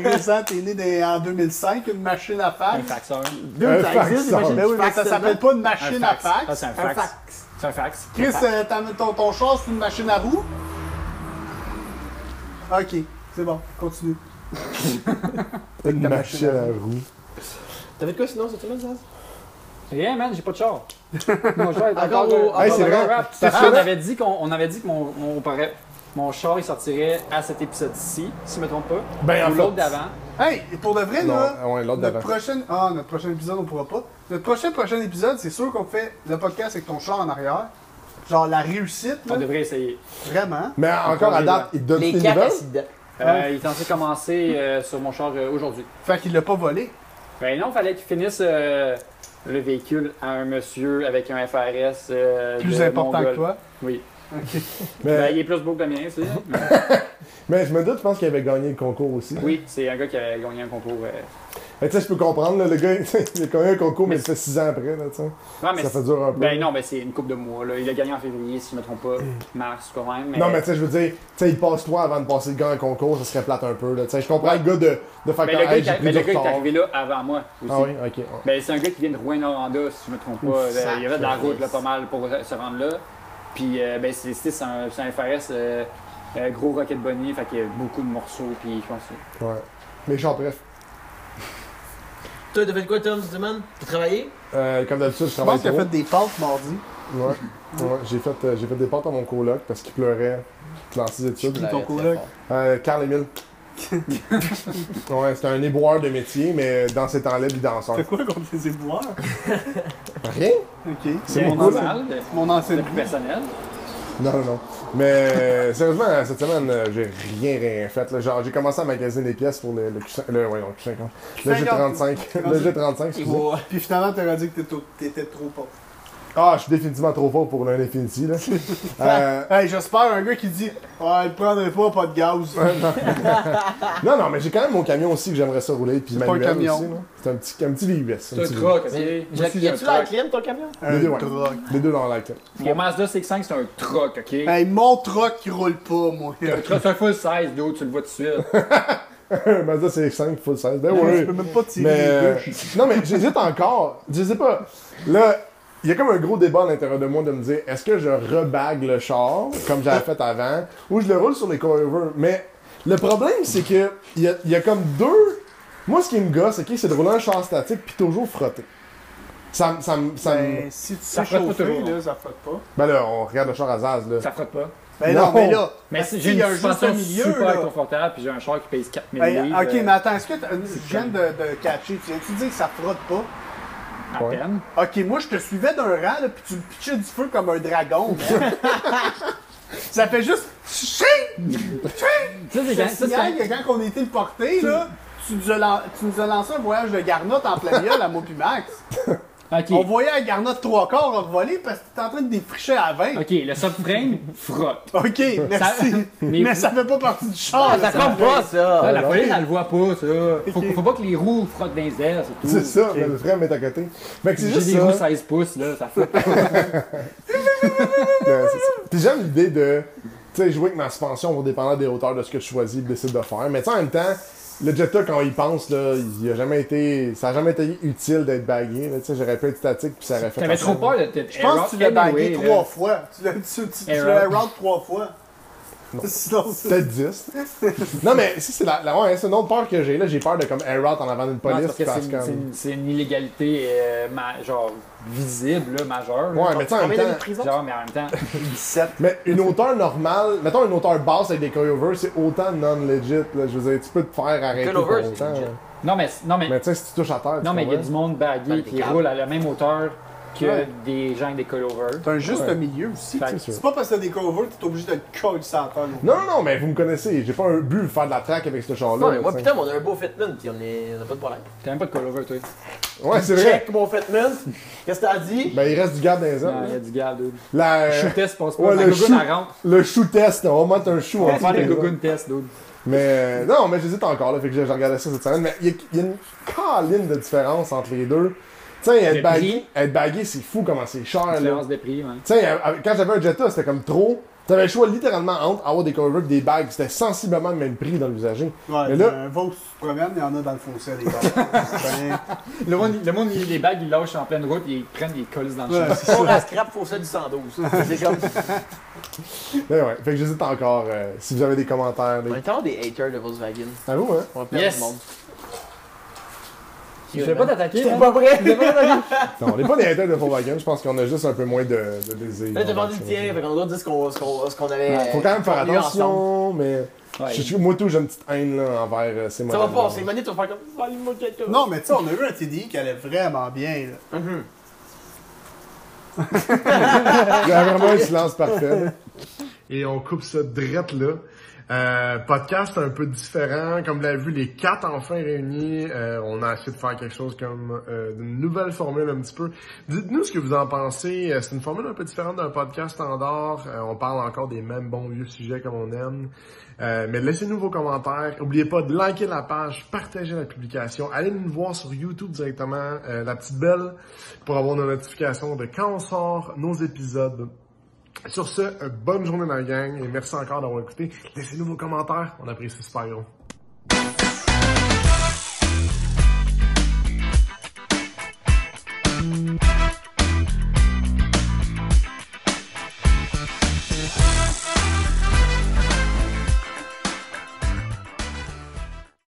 Speaker 5: Récent, t'es né des- en 2005, une machine à
Speaker 4: Un
Speaker 5: fax.
Speaker 4: faxeur.
Speaker 3: Dude, ça
Speaker 2: fax,
Speaker 3: existe, des
Speaker 2: ça.
Speaker 3: machines
Speaker 5: Ben oui,
Speaker 3: qui
Speaker 5: mais
Speaker 3: faxent
Speaker 5: ça s'appelle
Speaker 3: seulement.
Speaker 5: pas une machine à
Speaker 4: Ah,
Speaker 5: fax.
Speaker 4: c'est un
Speaker 3: Un
Speaker 4: fax.
Speaker 3: fax.
Speaker 4: C'est un fax.
Speaker 5: Chris, euh, t'as mis ton, ton char, c'est une machine à roue? Ok, c'est bon, continue.
Speaker 2: Une machine à roue.
Speaker 3: T'as fait de quoi sinon cette semaine, Zaz?
Speaker 4: Rien, man, j'ai pas de char. Mon char est
Speaker 3: Encore
Speaker 4: encore.
Speaker 3: au-
Speaker 4: encore
Speaker 2: Hey, c'est
Speaker 4: dans
Speaker 2: vrai.
Speaker 4: le rap.
Speaker 2: Parce
Speaker 4: Ah,
Speaker 2: que
Speaker 4: on
Speaker 2: là-
Speaker 4: avait dit qu'on on avait dit que mon, mon, paraît- mon char il sortirait à cet épisode-ci, si je me trompe pas.
Speaker 2: Ben, en
Speaker 4: Ou l'autre
Speaker 2: fait-
Speaker 4: d'avant.
Speaker 5: Hey, et pour de vrai,
Speaker 2: Non,
Speaker 5: là,
Speaker 2: ah ouais, l'autre
Speaker 5: notre,
Speaker 2: d'avant.
Speaker 5: prochain... ah, notre prochain épisode, on pourra pas. Notre prochain prochain épisode, c'est sûr qu'on fait le podcast avec ton char en arrière. Genre la réussite,
Speaker 4: On
Speaker 5: là,
Speaker 4: devrait essayer.
Speaker 5: vraiment.
Speaker 2: Mais encore à date, il donne
Speaker 3: Les
Speaker 2: une
Speaker 3: quatre
Speaker 2: nouvelle.
Speaker 3: accidents.
Speaker 4: Euh, il est censé commencer euh, sur mon char euh, aujourd'hui.
Speaker 5: Fait qu'il l'a pas volé.
Speaker 4: Ben non, fallait qu'il finisse euh, le véhicule à un monsieur avec un FRS. euh,
Speaker 5: Plus
Speaker 4: de
Speaker 5: important que
Speaker 4: Mongol.
Speaker 5: toi.
Speaker 4: Oui. Ben,
Speaker 2: Mais,
Speaker 4: il est plus beau que le mien, c'est
Speaker 2: mais je me doute, je pense qu'il avait gagné le concours aussi.
Speaker 4: Oui, c'est un gars qui a gagné un concours. euh,
Speaker 2: Fait que, tu sais, je peux comprendre, là, le gars, il a gagné un concours, mais,
Speaker 4: Mais
Speaker 2: il fait 6 ans après, là, tu sais.
Speaker 4: Ouais, mais
Speaker 2: Ça fait
Speaker 4: c'est-
Speaker 2: dur un peu.
Speaker 4: Ben non, mais c'est une coupe de mois. Là. Il a gagné en février, si je ne me trompe pas. Mars, quand même.
Speaker 2: Mm. Non, mais tu sais, je veux dire, tu sais, il passe toi avant de passer le gars en concours, ça serait plate un peu, là. Tu sais, je comprends le gars de, de faire comme,
Speaker 4: Ben, le gars,
Speaker 2: Hey,
Speaker 4: qui,
Speaker 2: j'ai
Speaker 4: mais
Speaker 2: pris
Speaker 4: le
Speaker 2: du
Speaker 4: gars qui est
Speaker 2: retard.
Speaker 4: arrivé là avant moi aussi.
Speaker 2: Ah oui, ok. ouais.
Speaker 4: Ben, c'est un gars qui vient de Rouen-Noranda, si je me trompe pas. Ben, il y avait de la route là, pas mal pour euh, se rendre là. Puis, euh, ben, c'est c'est un, c'est un FRS euh, euh, gros Rocket Bunny, fait qu'il y a beaucoup de morceaux. Puis, je pense que
Speaker 2: Ouais. Mais genre, bref.
Speaker 3: Toi, t'as fait quoi, Tom, cette semaine? T'as travaillé?
Speaker 2: Euh, comme d'habitude, je
Speaker 5: Je
Speaker 2: travaille
Speaker 5: pense qu'il a
Speaker 2: trop.
Speaker 5: fait des pâtes mardi.
Speaker 2: Ouais. Ouais, j'ai fait, euh, j'ai fait des portes à mon coloc parce qu'il pleurait dans ses études.
Speaker 5: ton coloc.
Speaker 2: Euh, Carl Emile. ouais, c'était un éboueur de métier, mais dans ces temps-là, il danseur.
Speaker 5: T'as quoi contre les éboueurs?
Speaker 2: Rien?
Speaker 5: Ok.
Speaker 2: C'est
Speaker 4: c'est
Speaker 2: mon
Speaker 5: goût.
Speaker 4: normal, mais
Speaker 5: Mon
Speaker 4: c'est
Speaker 5: ancienne
Speaker 4: plus personnel.
Speaker 2: Non, non, non. Mais euh, sérieusement, cette semaine, euh, j'ai rien, rien fait. là. Genre, j'ai commencé à magasiner des pièces pour le, le Q5. Le, ouais, non, Q50. Le G35. Le G35, excusez.
Speaker 5: Puis finalement, t'aurais dit que t'étais trop- t'étais trop pauvre.
Speaker 2: Ah, je suis définitivement trop fort pour l'Infinity, là. Euh,
Speaker 5: Hey, j'espère un gars qui dit Ah, il prendrait pas, pas de gaz.
Speaker 2: non, non, mais j'ai quand même mon camion aussi que j'aimerais ça rouler. Puis
Speaker 5: C'est pas un
Speaker 2: manuel
Speaker 5: camion.
Speaker 2: aussi, là. C'est un petit, un petit VUS.
Speaker 4: C'est
Speaker 2: un
Speaker 4: un
Speaker 2: petit
Speaker 4: truck, ok? Moi aussi, j'ai un
Speaker 3: Y'a-tu la
Speaker 4: truck.
Speaker 3: clim, ton camion?
Speaker 5: Un
Speaker 2: deux, ouais.
Speaker 5: troc.
Speaker 2: Les deux dans la tête.
Speaker 4: Mon Mazda CX-5, c'est un truck, ok?
Speaker 5: Hey, mon troc qui roule pas, moi.
Speaker 4: Un truck, c'est un full size, d'où tu le vois tout de suite.
Speaker 2: Mazda CX-5 full size. Ben oui.
Speaker 5: Je peux même pas tirer
Speaker 2: Mais,
Speaker 5: les
Speaker 2: euh,
Speaker 5: deux.
Speaker 2: non, mais j'hésite encore. Je sais pas. Là, il y a comme un gros débat à l'intérieur de moi de me dire est-ce que je rebague le char, comme j'avais fait avant, ou je le roule sur les coilovers. Mais le problème, c'est que il y a, il y a comme deux. Moi, ce qui me gosse, ok, c'est de rouler un char statique puis toujours frotter. Ça, me- ça, me- ça, me-
Speaker 5: Ben, si tu sais
Speaker 4: frotte pas
Speaker 5: chauffer,
Speaker 4: toujours.
Speaker 5: là, ça frotte pas.
Speaker 2: Ben là, on regarde le char à Zaz, là.
Speaker 4: Ça frotte pas.
Speaker 5: Ben
Speaker 2: Non.
Speaker 5: non, mais là.
Speaker 4: Mais
Speaker 5: si,
Speaker 4: si j'ai
Speaker 5: il y
Speaker 4: une
Speaker 5: a un juste un
Speaker 4: suspension
Speaker 5: milieu,
Speaker 4: super
Speaker 5: là.
Speaker 4: confortable, puis j'ai un char qui pèse 4000
Speaker 5: Hey,
Speaker 4: livres.
Speaker 5: ok,
Speaker 4: euh,
Speaker 5: mais attends, est-ce que t'as- je viens de, de catcher? Tu viens-tu de dire que ça frotte pas?
Speaker 4: À
Speaker 2: Ouais.
Speaker 4: peine.
Speaker 5: Ok, moi je te suivais d'un rang, là, puis tu me pitchais du feu comme un dragon. man. ça fait juste. Ching!
Speaker 4: Ça, c'est
Speaker 5: Je
Speaker 4: quand-
Speaker 5: te
Speaker 4: ça, c'est
Speaker 5: signale
Speaker 4: quand-
Speaker 5: que quand on était le porté, là, tu nous, as lan- tu nous as lancé un voyage de garnotte en plein milieu à Mopi Max.
Speaker 4: Ok.
Speaker 5: On voyait la garnotte trois quarts en volée parce que t'étais en train de défricher à 20.
Speaker 4: OK, le subframe frotte.
Speaker 5: Ok, merci.
Speaker 4: mais-
Speaker 5: mais, ça fait pas partie du char. là, ça.
Speaker 3: pas, ça!
Speaker 4: Ah, la police, elle le voit pas, ça. Faut, faut pas que les roues frottent dans les airs, c'est tout.
Speaker 2: C'est ça, mais le frame est à côté. Fait que c'est
Speaker 4: J'ai
Speaker 2: juste
Speaker 4: des
Speaker 2: ça.
Speaker 4: roues 16 pouces, là, ça flotte.
Speaker 2: Ben, c'est ça. Puis j'aime l'idée de tu sais, jouer avec ma suspension pour dépendre des hauteurs de ce que je choisis et décide de faire. Mais tu sais, en même temps, le Jetta, quand il pense, là, il a jamais été, ça n'a jamais été utile d'être bagué. là. Tu sais, J'aurais pu être statique puis ça aurait fait.
Speaker 4: T'avais
Speaker 2: ça.
Speaker 4: trop peur de te.
Speaker 5: Je pense que tu l'as bagué trois fois. Tu l'as tu- tu- tu
Speaker 4: Error.
Speaker 5: l'as route trois fois. Sinon, c'est-
Speaker 2: Peut-être 10. non, mais si c'est la, la ouais, c'est une autre peur que j'ai. là J'ai peur de comme air out en avant d'une
Speaker 4: Non,
Speaker 2: police.
Speaker 4: c'est parce que
Speaker 2: parce
Speaker 4: c'est-
Speaker 2: comme-
Speaker 4: c'est une- c'est une illégalité, euh, ma- genre, visible, là, majeure. là.
Speaker 2: Ouais, mais tu sais, en même
Speaker 3: Combien d'années de
Speaker 2: temps.
Speaker 3: prison?
Speaker 4: Genre, mais en même temps,
Speaker 5: 17.
Speaker 2: Mais une hauteur normale, mettons une hauteur basse avec des coilovers, c'est autant non-legit. là. Je veux dire, tu peux te faire arrêter pour
Speaker 3: Coilovers, c'est
Speaker 2: longtemps.
Speaker 3: legit.
Speaker 2: là.
Speaker 4: non, mais, non, mais,
Speaker 2: Mais tu sais, si tu touches à terre, tu
Speaker 4: non, mais il y a
Speaker 2: comprends?
Speaker 4: du monde bagué qui
Speaker 3: câbles.
Speaker 4: roule à la même hauteur que
Speaker 5: Ouais.
Speaker 4: des gens avec des coilovers.
Speaker 5: T'as un juste milieu aussi.
Speaker 4: Fait que-
Speaker 5: C'est pas parce que t'as des covers que t'es obligé de le coller sur la table.
Speaker 2: Non, non, non, mais vous me connaissez, j'ai pas un but de faire de la track avec ce char-là.
Speaker 3: Non, mais moi,
Speaker 2: là,
Speaker 3: putain, mais on a un beau Fitman, pis on est- on a pas de problème.
Speaker 4: T'as même pas de coilover, toi.
Speaker 2: t'sais. Ouais, c'est vrai.
Speaker 3: Check mon Fitman! Qu'est-ce que t'as dit?
Speaker 2: Ben, il reste du garde dans les
Speaker 4: Non, Il y a
Speaker 2: airs.
Speaker 4: du gars, dude.
Speaker 2: La...
Speaker 4: Shoot test passe pas.
Speaker 2: Ouais,
Speaker 4: la
Speaker 2: le
Speaker 4: gogoune,
Speaker 2: shoot-
Speaker 4: elle rentre.
Speaker 2: Le chou test, on va mettre un chou
Speaker 4: On
Speaker 2: en
Speaker 4: va faire le
Speaker 2: dessous.
Speaker 4: gogoon test, dude.
Speaker 2: Mais euh, non, mais j'hésite encore, là, fait que j'ai j'ai regardé ça cette semaine. Mais il y, a- il y a une caline de différence entre les deux. Tiens,
Speaker 4: Le
Speaker 2: être bagué,
Speaker 4: prix.
Speaker 2: être bagué, c'est fou comment c'est cher, là.
Speaker 4: Différence de prix, ouais.
Speaker 2: Tu sais, avec- quand j'avais un Jetta, c'était comme trop. T'avais le choix littéralement entre avoir des covers et des bagues. C'était sensiblement le même prix dans l'usager.
Speaker 5: Ouais,
Speaker 2: Mais là-
Speaker 5: un Vaux, tu te promènes, il y en a dans le fossé, les gars.
Speaker 4: Le monde, le monde, il- les bagues, ils lâchent en pleine route, ils prennent, ils collent dans le
Speaker 5: Ouais.
Speaker 4: champ.
Speaker 3: Pour la scrap, faut ça du 112. C'est comme.
Speaker 2: Mais ouais, fait que j'hésite encore. euh, si vous avez des commentaires, des...
Speaker 3: On est tellement des haters de Volkswagen.
Speaker 2: à vous, hein?
Speaker 3: On va perdre
Speaker 4: Yes.
Speaker 3: du monde.
Speaker 4: Je vais pas t'attaquer.
Speaker 3: C'est
Speaker 4: man.
Speaker 3: pas vrai!
Speaker 4: Je vais pas t'attaquer.
Speaker 2: Non, on n'est pas des haters de Volkswagen, je pense qu'on a juste un peu moins de, de désir.
Speaker 3: Là, t'as vendu le tien, fait qu'on doit dire ce qu'on ce qu'on- ce qu'on avait.
Speaker 2: Ouais, Faut quand même faire
Speaker 3: convenu ensemble.
Speaker 2: attention, mais. Je suis- moi, tout, j'ai une petite haine là, envers euh, ces
Speaker 3: Ça va
Speaker 2: modèles-là.
Speaker 3: passer, Mané, tu vas faire comme. Ah, il manque quelque chose.
Speaker 5: non, mais tu sais, on a eu un TDI qui allait vraiment bien. Là.
Speaker 3: Mhm.
Speaker 2: Il y a vraiment un silence parfait. Et on coupe ce drette là. Euh, podcast un peu différent. Comme vous l'avez vu, les quatre enfin réunis, euh, on a essayé de faire quelque chose comme euh, une nouvelle formule un petit peu. Dites-nous ce que vous en pensez. Euh, C'est une formule un peu différente d'un podcast standard. Euh, on parle encore des mêmes bons vieux sujets comme on aime. Euh, mais laissez-nous vos commentaires. N'oubliez pas de liker la page, partager la publication. Allez nous voir sur YouTube directement, euh, la petite belle, pour avoir nos notifications de quand on sort nos épisodes. Sur ce, euh, bonne journée dans la gang et merci encore d'avoir écouté. Laissez-nous vos commentaires, on apprécie super gros.